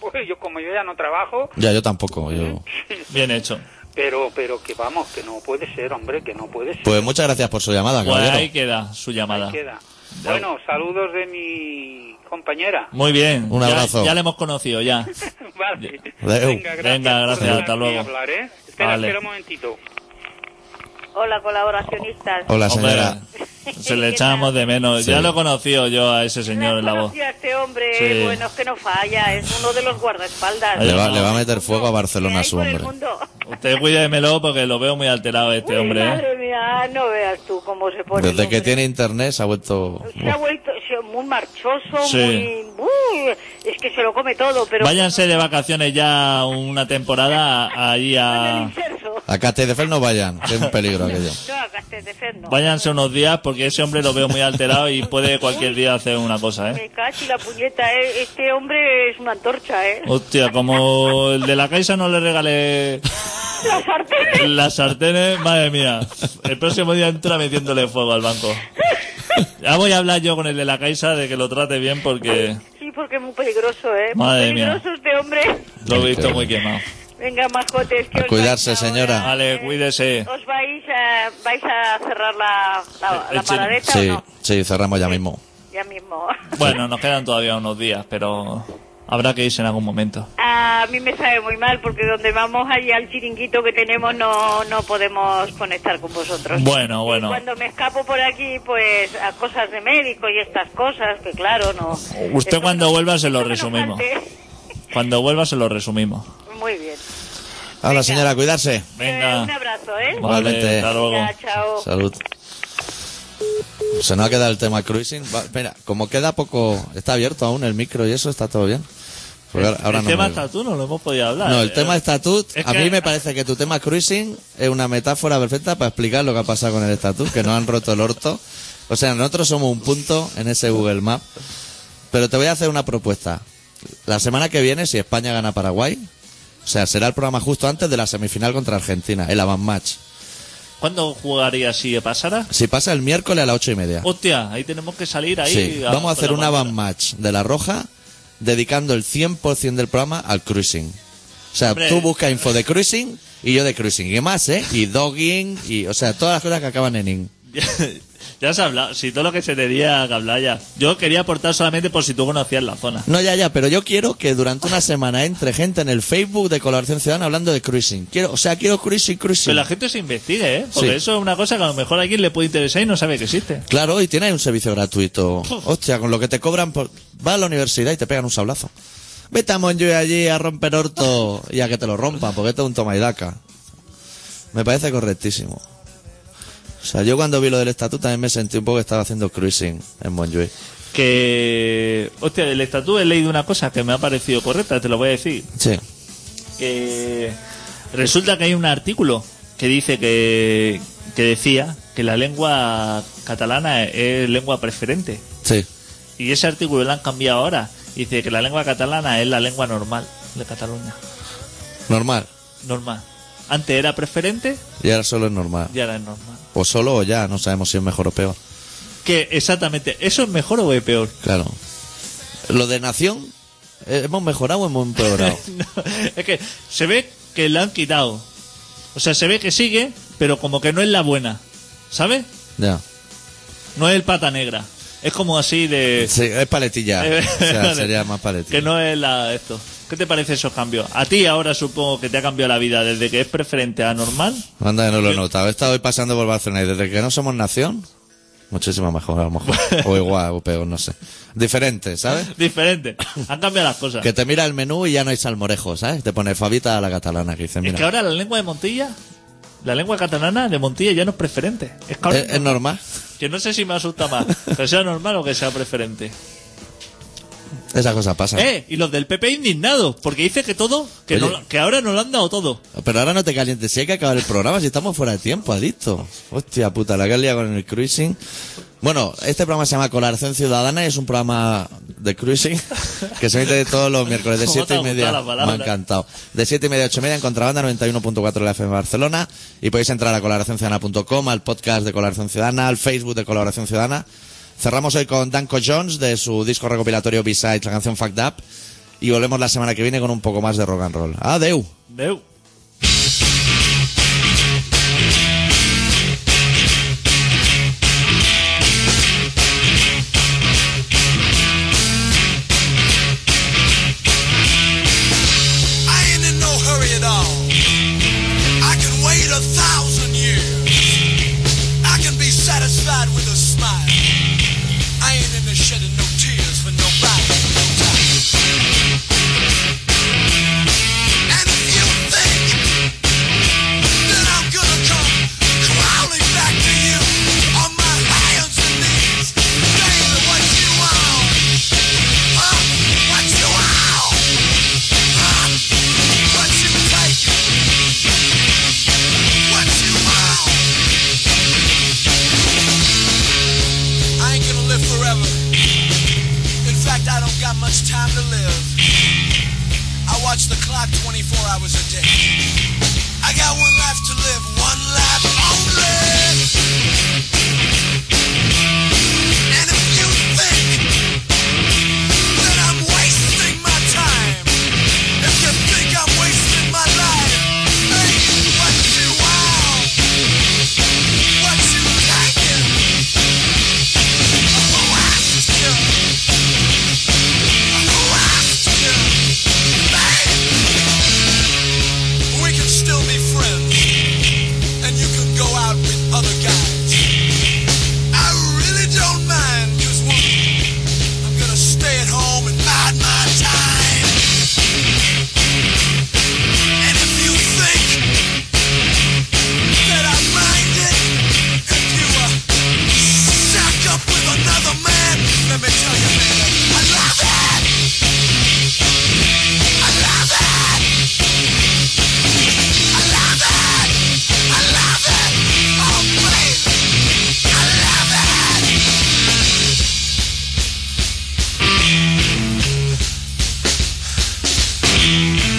S5: Pues yo como yo ya no trabajo,
S1: Ya, yo tampoco. Yo...
S2: Bien hecho.
S5: pero pero que vamos, que no puede ser, hombre, que no puede ser.
S1: Pues muchas gracias por su llamada,
S2: Pues ahí
S1: caballero.
S2: queda su llamada.
S5: Queda. Bueno, saludos de mi compañera.
S2: Muy bien.
S1: Un
S2: Ya-
S1: abrazo.
S2: Ya, le hemos conocido, ya.
S5: Vale.
S1: Adeu.
S2: Venga,
S5: por
S2: gracias,
S5: dejarme
S2: hasta luego.
S5: hablar, ¿eh? Espera,
S2: Vale.
S5: espera un momentito.
S6: Hola, colaboracionistas.
S1: Hola,
S2: Hombre,
S1: señora.
S2: se le echamos de menos.
S1: Sí.
S2: Ya lo he conocido yo a ese señor en la voz.
S6: Conocí a este hombre,
S2: Sí.
S6: bueno, es que no falla, es uno de los guardaespaldas.
S1: Le va,
S2: no.
S1: le va a meter fuego a
S6: Que
S1: Barcelona
S6: hay
S1: su
S6: por el
S1: hombre.
S6: mundo.
S2: Usted cuídemelo porque lo veo muy alterado este
S6: Uy,
S2: hombre, ¿eh?
S6: Madre mía, no veas tú cómo se pone. el
S1: Desde que
S6: hombre.
S1: tiene internet se ha vuelto...
S6: Se ha vuelto se- muy marchoso,
S2: Sí.
S6: muy, uy, Es que se lo come todo, pero.
S2: Váyanse de vacaciones ya una temporada allí
S6: Con el
S2: a...
S6: inserso.
S1: A Castelldefels no vayan, que es un peligro aquello.
S6: No, a Castelldefels no.
S2: Váyanse unos días porque ese hombre lo veo muy alterado y puede cualquier día hacer una cosa, ¿eh?
S6: Me cacho en la puñeta, ¿eh? este hombre es una antorcha, ¿eh?
S2: Hostia, como el de la Caixa no le regale
S6: Las sartenes.
S2: las sartenes, madre mía. El próximo día entra metiéndole fuego al banco. Ya voy a hablar yo con el de la Caixa de que lo trate bien porque
S6: Sí, porque es muy peligroso, ¿eh?
S2: Madre
S6: muy
S2: mía.
S6: peligroso este hombre.
S2: lo he visto muy quemado.
S6: Venga, mascotes, que
S1: A
S6: os
S1: cuidarse,
S6: vais ahora,
S1: señora.
S2: Vale, cuídese.
S6: ¿Os vais a, vais a cerrar la, la,
S2: El
S6: la
S2: chino.
S6: paradeta
S1: Sí,
S6: o no?
S1: sí, cerramos ya mismo.
S6: Ya mismo.
S2: Bueno, nos quedan todavía unos días, pero habrá que irse en algún momento.
S6: A mí me sabe muy mal porque donde vamos allí al chiringuito que tenemos no, no podemos conectar con vosotros.
S2: Bueno, bueno.
S6: Y cuando me escapo por aquí, pues a cosas de médico y estas cosas, que claro, no.
S2: Usted
S6: Esto
S2: cuando
S6: no-
S2: vuelva se lo
S6: esto no
S2: resumimos.
S6: falte.
S2: Cuando vuelva se lo resumimos.
S6: Muy bien.
S1: Hola, señora, a cuidarse.
S6: Eh, un
S2: Venga.
S6: abrazo, ¿eh?
S1: Igualmente.
S2: Vale, hasta luego.
S6: Venga, chao.
S1: Salud. Se nos ha quedado el tema cruising. Va, espera, como queda poco... Está abierto aún el micro y eso, está todo bien. Porque ahora- ahora
S2: el
S1: no
S2: tema
S1: me oigo.
S2: está tú, no lo hemos podido hablar.
S1: No, el
S2: Eh,
S1: tema estatut,
S2: es
S1: a
S2: que-
S1: mí me parece que tu tema cruising es una metáfora perfecta para explicar lo que ha pasado con el estatut, que nos han roto el orto. O sea, nosotros somos un punto en ese Google Map. Pero te voy a hacer una propuesta. La semana que viene, si España gana a Paraguay, o sea, será el programa justo antes de la semifinal contra Argentina, el avant match.
S2: ¿Cuándo jugaría si pasara?
S1: Si pasa el miércoles a las ocho y media.
S2: Hostia, ahí tenemos que salir ahí.
S1: Sí, vamos a hacer
S2: con
S1: una
S2: la
S1: van
S2: bandera.
S1: match de la roja dedicando el 100% del programa al cruising. O sea,
S2: Hombre.
S1: tú buscas info de cruising y yo de cruising. Y más, ¿eh? Y dogging y, o sea, todas las cosas que acaban en in.
S2: ya, Ya has hablado, si todo lo que se debía que hablar ya. Yo quería aportar solamente por si tú conocías la zona.
S1: No, ya, ya, pero yo quiero que durante una semana entre gente en el Facebook de Colaboración Ciudadana hablando de cruising. Quiero, o sea, quiero cruising,
S2: Que
S1: cruising.
S2: la gente se investigue, ¿eh? Porque
S1: Sí.
S2: eso es una cosa que a lo mejor a alguien le puede interesar y no sabe que existe.
S1: Claro, y tienes un servicio gratuito. Hostia, con lo que te cobran por... Vas a la universidad y te pegan un sablazo. Vete a Monjuy allí a romper orto y a que te lo rompan, porque esto es un toma y daca. Me parece correctísimo. O sea, yo cuando vi lo del estatuto también me sentí un poco que estaba haciendo cruising en Monjuy.
S2: Que. Hostia, del estatuto he leído una cosa que me ha parecido correcta, te lo voy a decir.
S1: Sí.
S2: que resulta que hay un artículo que dice que, que decía que la lengua catalana es lengua preferente.
S1: Sí.
S2: Y ese artículo lo han cambiado ahora. Dice que la lengua catalana es la lengua normal de Cataluña.
S1: Normal.
S2: Normal. Antes era preferente
S1: Y ahora solo es normal.
S2: y ahora es normal.
S1: O solo o ya, no sabemos si es mejor o peor.
S2: Que exactamente, ¿eso es mejor o es peor?
S1: Claro. Lo de nación, eh, ¿hemos mejorado o hemos empeorado?
S2: No, es que se ve que la han quitado. O sea, se ve que sigue, pero como que no es la buena. ¿Sabes?
S1: ya.
S2: No es el pata negra. Es como así de...
S1: Sí, es paletilla. O sea,
S2: Vale.
S1: sería más paletilla.
S2: Que no es la, esto. ¿Qué te parece esos cambios? A ti ahora supongo que te ha cambiado la vida desde que es preferente a normal.
S1: Anda, que no lo he notado. He estado hoy pasando por Barcelona y desde que no somos nación, muchísimo mejor, a lo mejor. O igual, o peor, no sé. Diferente, ¿sabes?
S2: Diferente. Han cambiado las cosas.
S1: Que te mira el menú y ya no hay salmorejo, ¿sabes? Te pone Fabita a la catalana, que dice,
S2: Es
S1: mira.
S2: que ahora la lengua de Montilla, la lengua catalana de Montilla ya no es preferente. Es que, ahora-
S1: ¿Es, es normal.
S2: que no sé si me asusta más. Que sea normal o que sea preferente.
S1: Esa cosa pasa.
S2: Eh, y los del PP indignados, porque dice que todo, que,
S1: Oye.
S2: no- que ahora no lo han dado todo.
S1: Pero ahora no te calientes, si hay que acabar el programa, si estamos fuera de tiempo, adicto. Hostia puta, la que has liado con el cruising. Bueno, este programa se llama Colaboración Ciudadana y es un programa de cruising que se emite todos los miércoles de
S2: ¿Cómo
S1: 7
S2: te ha
S1: y media.
S2: gustado la
S1: Me
S2: palabra?
S1: ha encantado. De 7 y media a 8 y media en Contrabanda 91.4 de la FM Barcelona y podéis entrar a colaboracionciudadana.com, al podcast de Colaboración Ciudadana, al Facebook de Colaboración Ciudadana. Cerramos hoy con Danko Jones de su disco recopilatorio B-Sides, la canción Fucked Up y volvemos la semana que viene con un poco más de rock and roll. Adeu.
S2: Deu.
S3: I ain't in no hurry at all. I can wait a thousand years. I can be satisfied with a smile. I ain't in the shedding no tears for nobody. no time. And if you think that I'm gonna come crawling back to you on my hands and knees, baby, what you want? Huh? What you want? What you take? What you want? I ain't gonna live forever. In fact, I don't got much time to live. I watch the clock 24 hours a day. I got one life to live, one life only. And if you think that I'm wasting my time. If you think I'm wasting my life, hey, what you wow? What you taking? Who asked you? Who asked you? Hey! We can still be friends, and you can go out with other guys. I really don't mind, cause one, I'm gonna stay at home and bide my time. And if you think that I mind it, if you uh, sack up with another man, let me tell you, man, I love it. I love it. I love it. I love it. Oh, please. I love it. I